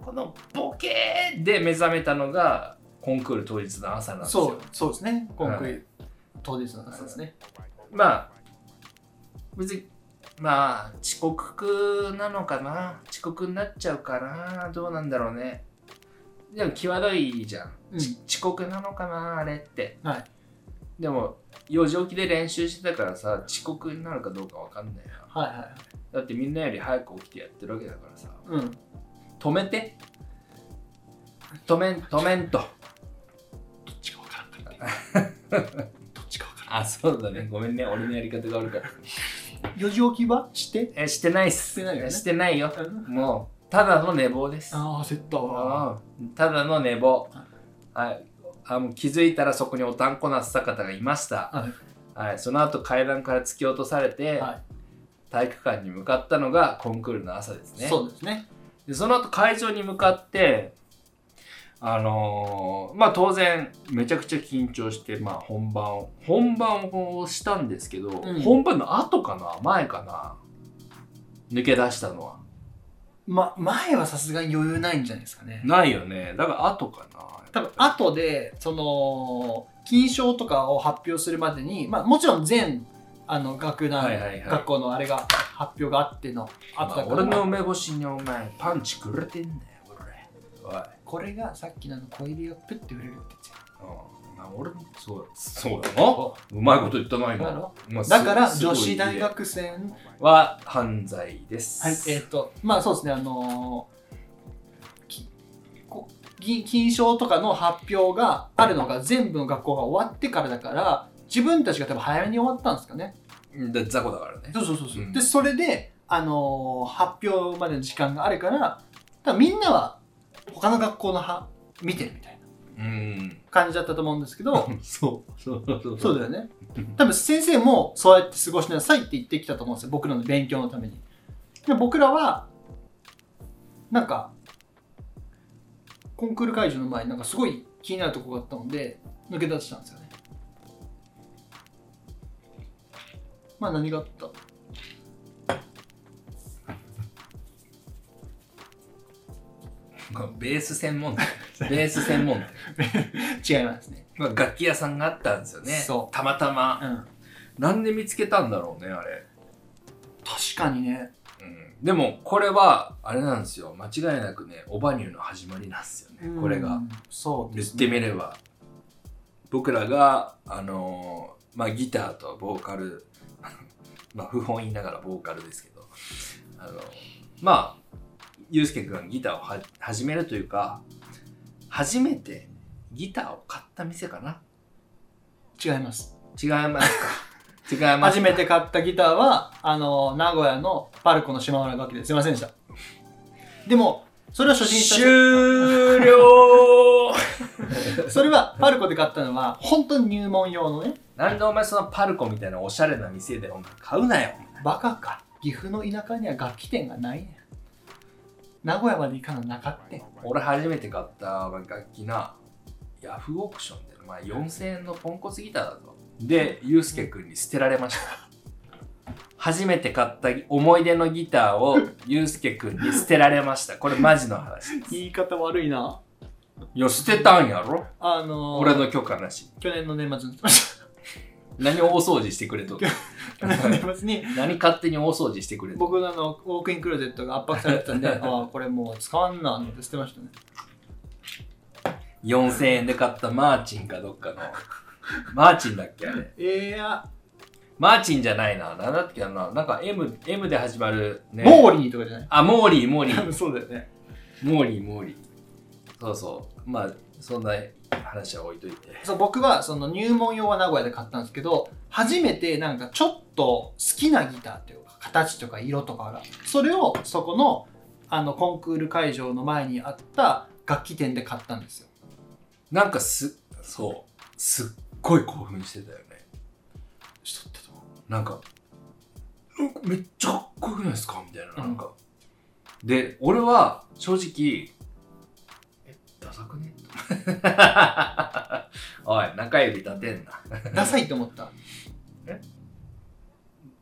Speaker 1: ーこのボケーで目覚めたのがコンクール当日の朝なんですよ
Speaker 2: そうそうですねコンクリート当日の朝ですね
Speaker 1: まあ別にまあ遅刻なのかな遅刻になっちゃうかなどうなんだろうねでも際どいじゃん、
Speaker 2: うん
Speaker 1: ち遅刻なのかなあれって
Speaker 2: はい
Speaker 1: でも4時起きで練習してたからさ遅刻になるかどうかわかんないよ
Speaker 2: はいはいはい
Speaker 1: だってみんなより早く起きてやってるわけだからさ
Speaker 2: うん
Speaker 1: 止めて止めん止めんと
Speaker 2: どっちか分からんかった [laughs] どっちか分か
Speaker 1: [laughs] あそうだねごめんね俺のやり方が悪かった
Speaker 2: らん4時起きはして
Speaker 1: えしてないっす
Speaker 2: してないよね
Speaker 1: してないよもうただの寝坊です
Speaker 2: ああ焦ったわ
Speaker 1: うんただの寝坊
Speaker 2: は。
Speaker 1: はい。あもう気づいたらそこにおたんこなす坂田がいました。
Speaker 2: はい
Speaker 1: はい。その後階段から突き落とされて、
Speaker 2: は
Speaker 1: 体育館に向かったのがコンクールの朝ですね。
Speaker 2: そうですね
Speaker 1: でその後会場に向かって、あのーまあ当然めちゃくちゃ緊張して、まあ本番を、本番をしたんですけど、
Speaker 2: うん
Speaker 1: 本番の後かな前かな抜け出したのは。
Speaker 2: ま前はさすがに余裕ないんじゃないですかね
Speaker 1: ないよね。だから後かな。
Speaker 2: 多分後でその金賞とかを発表するまでに、まあ、もちろん全あの学団、
Speaker 1: はいはいはい
Speaker 2: 学校のあれが発表があっての
Speaker 1: あ
Speaker 2: 後だから、
Speaker 1: 俺の梅干しにお前パンチくれてんだよ俺おい、
Speaker 2: これがさっきのあの小指がプッて触れるって
Speaker 1: うん、まあ俺もそうそうだなうまいこと言ったな
Speaker 2: 言ってただ
Speaker 1: 今
Speaker 2: ろ
Speaker 1: まあす
Speaker 2: だから
Speaker 1: すご
Speaker 2: 女
Speaker 1: い
Speaker 2: 子大学生はい
Speaker 1: は犯罪です
Speaker 2: えっ、とまあそうですねあのーきこ銀金賞とかの発表があるのが全部の学校が終わってからだから自分たちが多分早めに終わったんですかね
Speaker 1: うんだ雑魚だからね
Speaker 2: そうそうそうそう、
Speaker 1: うん
Speaker 2: でそれで、あのー発表までの時間があるから多分みんなは他の学校のは見てるみたいな
Speaker 1: うん [laughs]
Speaker 2: 感じだったと思うんですけど
Speaker 1: そうそうそう
Speaker 2: そうだよね多分先生もそうやって過ごしなさいって言ってきたと思うんですよ僕らの勉強のためにで僕らはなんかコンクール会場の前になんかすごい気になるとこがあったので抜け出したんですよねまあ何があった
Speaker 1: ベース専 [laughs] 門店ベース専門店
Speaker 2: 違いますね
Speaker 1: まあ楽器屋さんがあったんですよね
Speaker 2: そう
Speaker 1: たまたま
Speaker 2: うん
Speaker 1: なんで見つけたんだろうねあれ
Speaker 2: 確かにね
Speaker 1: ううんでもこれはあれなんですよ間違いなくねオバニューの始まりなんですよねこれ
Speaker 2: う
Speaker 1: が
Speaker 2: んそうで
Speaker 1: 言っ
Speaker 2: す
Speaker 1: て
Speaker 2: ね
Speaker 1: みれば僕らがあのーまあギターとボーカル [laughs] まあ不本意ながらボーカルですけどあのまあゆうすけくんがギターをは始めるというか初めてギターを買った店かな
Speaker 2: 違います
Speaker 1: 違いますか
Speaker 2: [laughs]
Speaker 1: 違います
Speaker 2: 初めて買ったギターはあの名古屋のパルコの島村楽器ですいませんでしたでもそれは初心者
Speaker 1: 終
Speaker 2: [laughs]
Speaker 1: 了
Speaker 2: それはパルコで買ったのは本当に入門用のね
Speaker 1: なんでお前そのパルコみたいなおしゃれな店でお前買うなよ
Speaker 2: バカか岐阜の田舎には楽器店がないねん名古屋まで行かななかってん
Speaker 1: 俺初めて買った楽器なヤフーオークションで、まあ、4000円のポンコツギターだぞでユうスケくんに捨てられました [laughs] 初めて買った思い出のギターをユうスケくんに捨てられましたこれマジの話です
Speaker 2: 言い方悪いない
Speaker 1: や捨てたんやろ
Speaker 2: あのー
Speaker 1: 俺の許可なし
Speaker 2: 去年の年末に [laughs]
Speaker 1: 何を大掃除してくれと [laughs]
Speaker 2: 去年の年末に [laughs]
Speaker 1: 何勝手に大掃除してくれと
Speaker 2: 僕のあのウォークインクローゼットが圧迫されてたんでああこれもう使わんなって捨てましたね
Speaker 1: 4000円で買ったマーチンかどっかのマーチンだっけあれ
Speaker 2: ええや、
Speaker 1: マーチンじゃないななんだっけななんか M, M で始まるね
Speaker 2: モーリーとかじゃない
Speaker 1: あ、モーリー、モーリ
Speaker 2: 多
Speaker 1: ー、
Speaker 2: 分 [laughs] そうだよね
Speaker 1: [laughs] モーリー、モーリー。そうそう。まあ、そんな話は置いといて。
Speaker 2: そう僕はその入門用は名古屋で買ったんですけど初めてなんかちょっと好きなギターというか形とか色とかがそれをそこのあのコンクール会場の前にあった楽器店で買ったんですよ
Speaker 1: なんかす、そう、すっごい興奮してたよね。しとったと思うなんか、なんかめっちゃかっこよくないですかみたいな、なんか。で、俺は正直、え、ダサくね [laughs] おい、中指立てんな。
Speaker 2: [laughs] ダサいと思った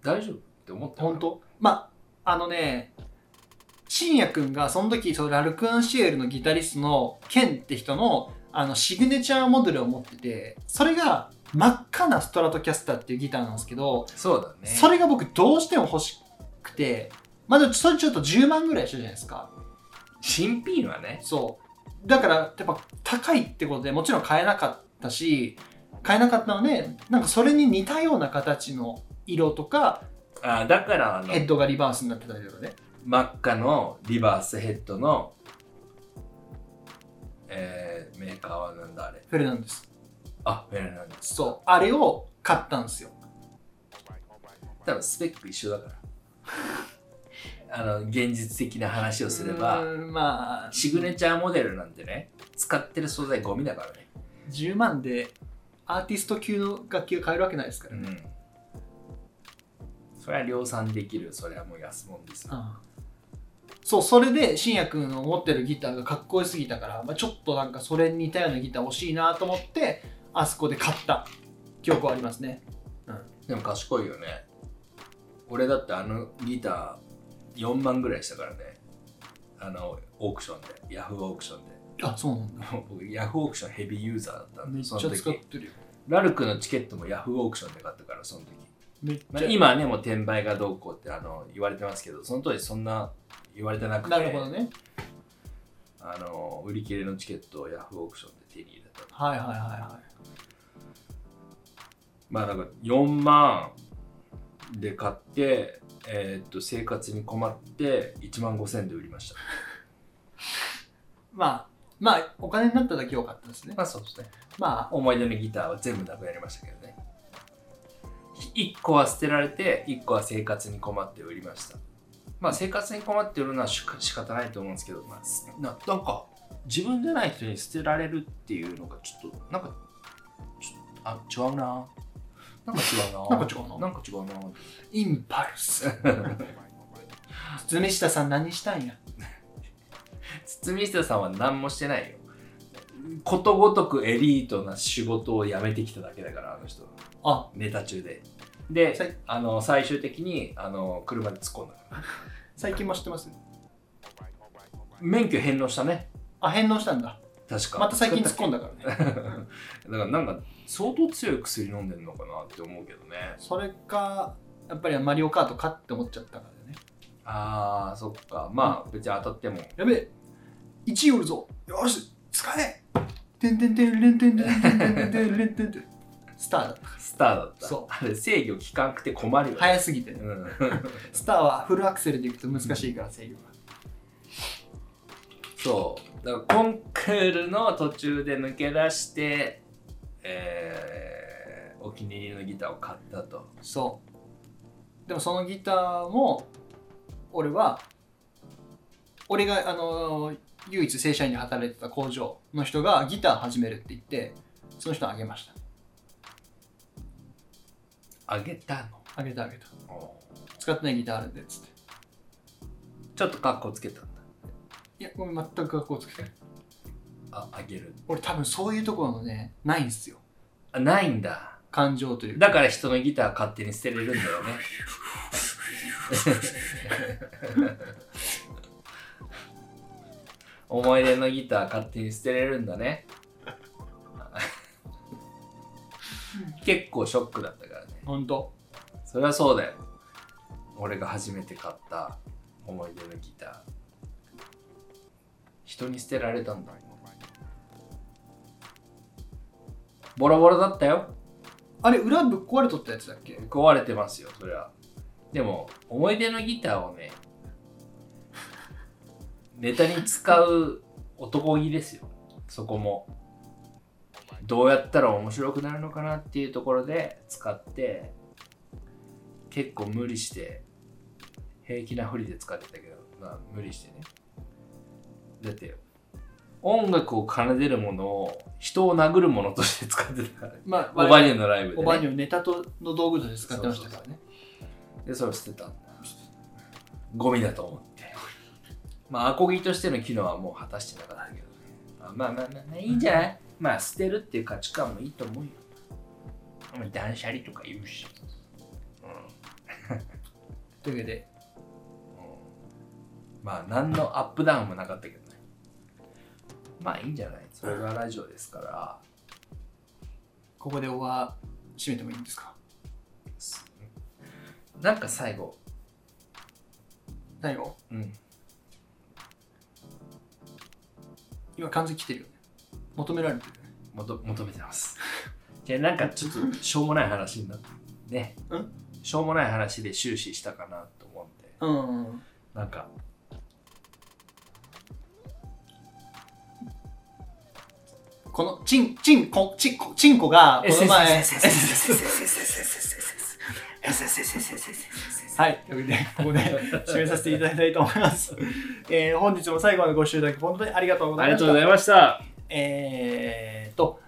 Speaker 1: 大丈夫って思ったよ
Speaker 2: 本当まああのね信也くんがその時そのラルク・アンシエルのギタリストのケンって人のあのシグネチャーモデルを持っててそれが真っ赤なストラトキャスターっていうギターなんですけど
Speaker 1: そうだね。
Speaker 2: それが僕どうしても欲しくて、まあでもそれちょっと10万ぐらいしたじゃないですか。
Speaker 1: 新品はね。
Speaker 2: そう。だから、やっぱ高いってことでもちろん買えなかったし、買えなかったので、なんかそれに似たような形の色とか、
Speaker 1: あだから、あの
Speaker 2: ヘ、ッドがリバースになってたりとかね。
Speaker 1: 真っ赤のリバースヘッドの、えーメーカーはなんだあれ
Speaker 2: フェルナンデス。
Speaker 1: あフェルナンデス
Speaker 2: そう。あれを買ったんですよ。
Speaker 1: 多分スペック一緒だから [laughs] あの現実的な話をすれ
Speaker 2: う
Speaker 1: ば
Speaker 2: ーんまあ、
Speaker 1: シグネチャーモデルなんてね使ってる素材ゴミだからね
Speaker 2: 10万でアーティスト級の楽器が買えるわけないですか
Speaker 1: う
Speaker 2: らね。
Speaker 1: んそれは量産できるそれはもう安物ですよ
Speaker 2: そうそれで信也君の持ってるギターがかっこよすぎたから、まあ、ちょっとなんかそれに似たようなギター欲しいなと思ってあそこで買った記憶はありますね
Speaker 1: でも賢いよね俺だってあのギター4万ぐらいしたからねあのオークションでヤフーオークションで
Speaker 2: あそうなんだ
Speaker 1: 僕ヤフーオークションヘビーユーザーだったん
Speaker 2: め
Speaker 1: で
Speaker 2: っち
Speaker 1: そ
Speaker 2: ゃ
Speaker 1: の
Speaker 2: 使っ
Speaker 1: 時
Speaker 2: てるよ
Speaker 1: ラルクのチケットもヤフーオークションで買ったからその時、
Speaker 2: めっち
Speaker 1: ま
Speaker 2: ゃ
Speaker 1: あ、今はねもう転売がどうこうってあの言われてますけどその当時そんな言われてなくて
Speaker 2: なるほどね
Speaker 1: あの売り切れのチケットをヤフーオークションで手に入れた
Speaker 2: はいはいはいはい
Speaker 1: まあだから4万で買ってえーっと生活に困って1万5千で売りました
Speaker 2: まあまあお金になっただけ良かったですね
Speaker 1: まあそうですね
Speaker 2: ま
Speaker 1: 思い出のギターは全部なくなりましたけどね1個は捨てられて1個は生活に困って売りましたまあ生活に困って売るのはしか仕方ないと思うんですけど、まあすななんか自分でない人に捨てられるっていうのがちょっとなんかちょあ違うななんか違う
Speaker 2: あ
Speaker 1: な
Speaker 2: [laughs] なんか違うな
Speaker 1: なんか違うな
Speaker 2: インパルス堤下さん何したんや
Speaker 1: 堤下さんは何もしてないよことごとくエリートな仕事を辞めてきただけだからあの人は
Speaker 2: あ
Speaker 1: ネタ中でで
Speaker 2: 最
Speaker 1: あの最終的にあの車で突っ込んだから
Speaker 2: 最近も知ってます
Speaker 1: 免許返納したね
Speaker 2: あ返納したんだ
Speaker 1: 確か [laughs]
Speaker 2: また最近突っ
Speaker 1: だ
Speaker 2: 込んだからね
Speaker 1: からなんか相当強い薬飲んでんのかなって思うけどね
Speaker 2: それかやっぱりマリオカートかって思っちゃったからね
Speaker 1: ああそっかまあ別に当たっても
Speaker 2: やべえ、1位おるぞ。よし、使えてんてんてんれんてんてんてんてんてんてんれんてんてん。スターだった。
Speaker 1: スターだった
Speaker 2: そ
Speaker 1: あ
Speaker 2: う
Speaker 1: れ制御効かんくて困るよね、
Speaker 2: 早すぎてね。
Speaker 1: うん、
Speaker 2: スターはフルアクセルでいくと難しいから、制御が。
Speaker 1: そうだからコンクールの途中で抜け出してえーお気に入りのギターを買ったと
Speaker 2: そう。でもそのギターも、俺は、俺が、あのー唯一正社員で働いてた工場の人がギター始めるって言って、その人あげました。
Speaker 1: あげた
Speaker 2: あげたあげた。
Speaker 1: の
Speaker 2: 使ってないギターあるんで、つって。
Speaker 1: ちょっとカッコつけたんだ
Speaker 2: いや、ごめん、全く格好つけてない。
Speaker 1: ああげる
Speaker 2: 俺多分そういうところのね、ないんすよ。
Speaker 1: あないんだ
Speaker 2: 感情というか。
Speaker 1: だから人のギター勝手に捨てれるんだよね思い出のギター勝手に捨てれるんだね結構ショックだったからね
Speaker 2: ほんと。
Speaker 1: そりゃそうだよ俺が初めて買った思い出のギター人に捨てられたんだボロボロだったよ
Speaker 2: あれ、裏ぶっ壊れとったやつだっけ
Speaker 1: 壊れてますよそりゃでも思い出のギターをねネタに使う男気ですよそこもどうやったら面白くなるのかなっていうところで使って結構無理して平気なふりで使ってたけどまあ無理してねだって音楽を奏でるものを人を殴るものとして使ってたからね
Speaker 2: まあ、
Speaker 1: オバニューのライブで、ね、
Speaker 2: おばにをネタとの道具として使ってましたからね。
Speaker 1: でそれを捨てたんだゴミだと思ってまあアコギとしての機能はもう果たしてなかったけどねあまあまあまあまあいいんじゃないまあ捨てるっていう価値観もいいと思うよまあ断捨離とか言うし、う
Speaker 2: というわけで、
Speaker 1: んうんまあ何のアップダウンもなかったけどねまあいいんじゃないそれがラジオですから
Speaker 2: ここでおば、閉めてもいいんですか
Speaker 1: すなんか最後
Speaker 2: 何を
Speaker 1: うん
Speaker 2: 今完全に来てるよね。求められてるよね。
Speaker 1: 求求めて [laughs] ます。じゃあなんかちょっとしょうもない話になってね
Speaker 2: うん、
Speaker 1: しょうもない話で終始したかなと思って、
Speaker 2: うん、うん。
Speaker 1: なんか
Speaker 2: この、チン、チンコ、チンコ、チンコが、この前、はい、というわけで、ここで締めさせていただきたいと思います。 [laughs] えー、本日も最後までご視聴いただき、本当にありがとうござ
Speaker 1: あ
Speaker 2: い
Speaker 1: りがと
Speaker 2: まし
Speaker 1: うご
Speaker 2: た
Speaker 1: ざ。いました。
Speaker 2: えーっと、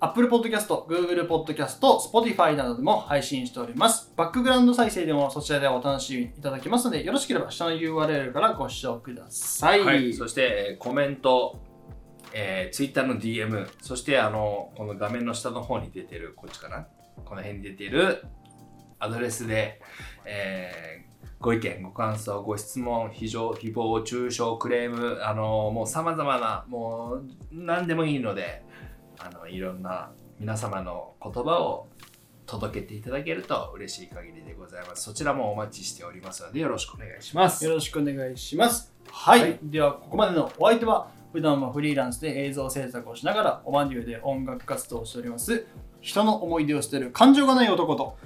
Speaker 2: Apple Podcast、Google Podcast、Spotify などでも配信しております。バックグラウンド再生でもそちらでお楽しみいただけますので、よろしければ下の URL からご視聴ください。
Speaker 1: はい、そしてえーコメント、えー、Twitter の DM、そしてあのこの画面の下の方に出てる、こっちかな、この辺に出てるアドレスで、えーご意見、ご感想、ご質問、非常、誹謗、中傷、クレーム、あのもうさまざまな、もう何でもいいので、あのいろんな皆様の言葉を届けていただけると嬉しい限りでございます。そちらもお待ちしておりますので、よろしくお願いします。
Speaker 2: よろしくお願いします。はい、ではここまでのお相手は、普段はフリーランスで映像制作をしながら、オマニューで音楽活動をしております。人の思い出を捨てる感情がない男と、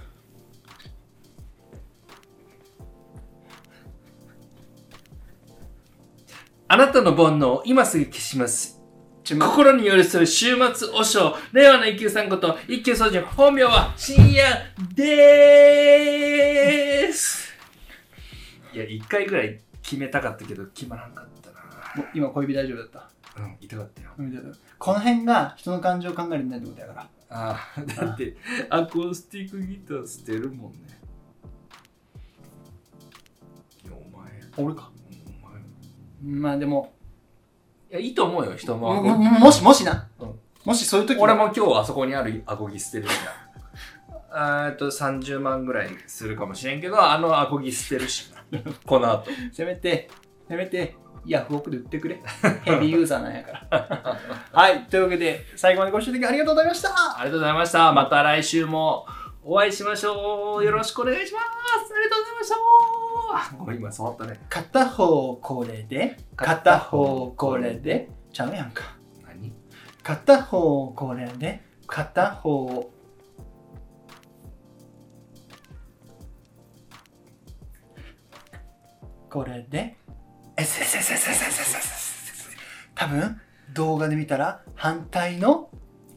Speaker 1: あなたの煩悩を今すぐ消します。
Speaker 2: ちま
Speaker 1: 心に寄り添う週末和尚、令和の一級さんこと一級総長、本名は深夜でーす。いや、一回ぐらい決めたかったけど、決まらんかったな。
Speaker 2: もう今小指大丈夫だった。
Speaker 1: うん、痛かったよ。
Speaker 2: 小指大丈夫この辺が人の感情を考えるんだってことやから。
Speaker 1: ああ、だってアコースティックギター捨てるもんね。いや、お前、
Speaker 2: 俺か。
Speaker 1: お前。い
Speaker 2: まあでも、
Speaker 1: や、いいと思うよ、人もア
Speaker 2: も
Speaker 1: コギ。
Speaker 2: ももしもしな、
Speaker 1: うん
Speaker 2: もしそういう時
Speaker 1: 俺も今日あそこにあるアコギ捨てるしな。えーっと30万ぐらいするかもしれんけど、あのアコギ捨てるしな、この後。
Speaker 2: せめてせめてヤフオクで売ってくれヘビーユーザーなんやからはいというわけで最後までご視聴いただきありがとうございました
Speaker 1: ありがとうございました。また来週もお会いしましょう。よろしくお願いします。ありがとうございました。ごめん、今触ったね。
Speaker 2: 片方これで片方これでちゃうやんか
Speaker 1: 何
Speaker 2: 片方これで片方これでえせせせせせせせせせ多分動画で見たら反対の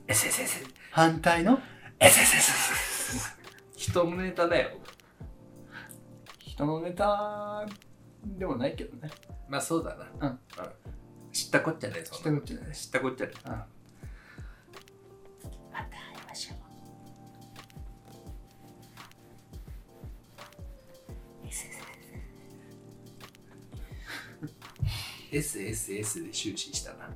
Speaker 2: えせせせ反対のえせせせせ
Speaker 1: 人のネタだよ。
Speaker 2: 人のネタでもないけどね
Speaker 1: まあそうだな。
Speaker 2: うん
Speaker 1: 知ったこっちゃない、
Speaker 2: 知っ
Speaker 1: そ
Speaker 2: た
Speaker 1: んな
Speaker 2: こっちゃない
Speaker 1: 知ったこっちゃない。SSS で終始したな。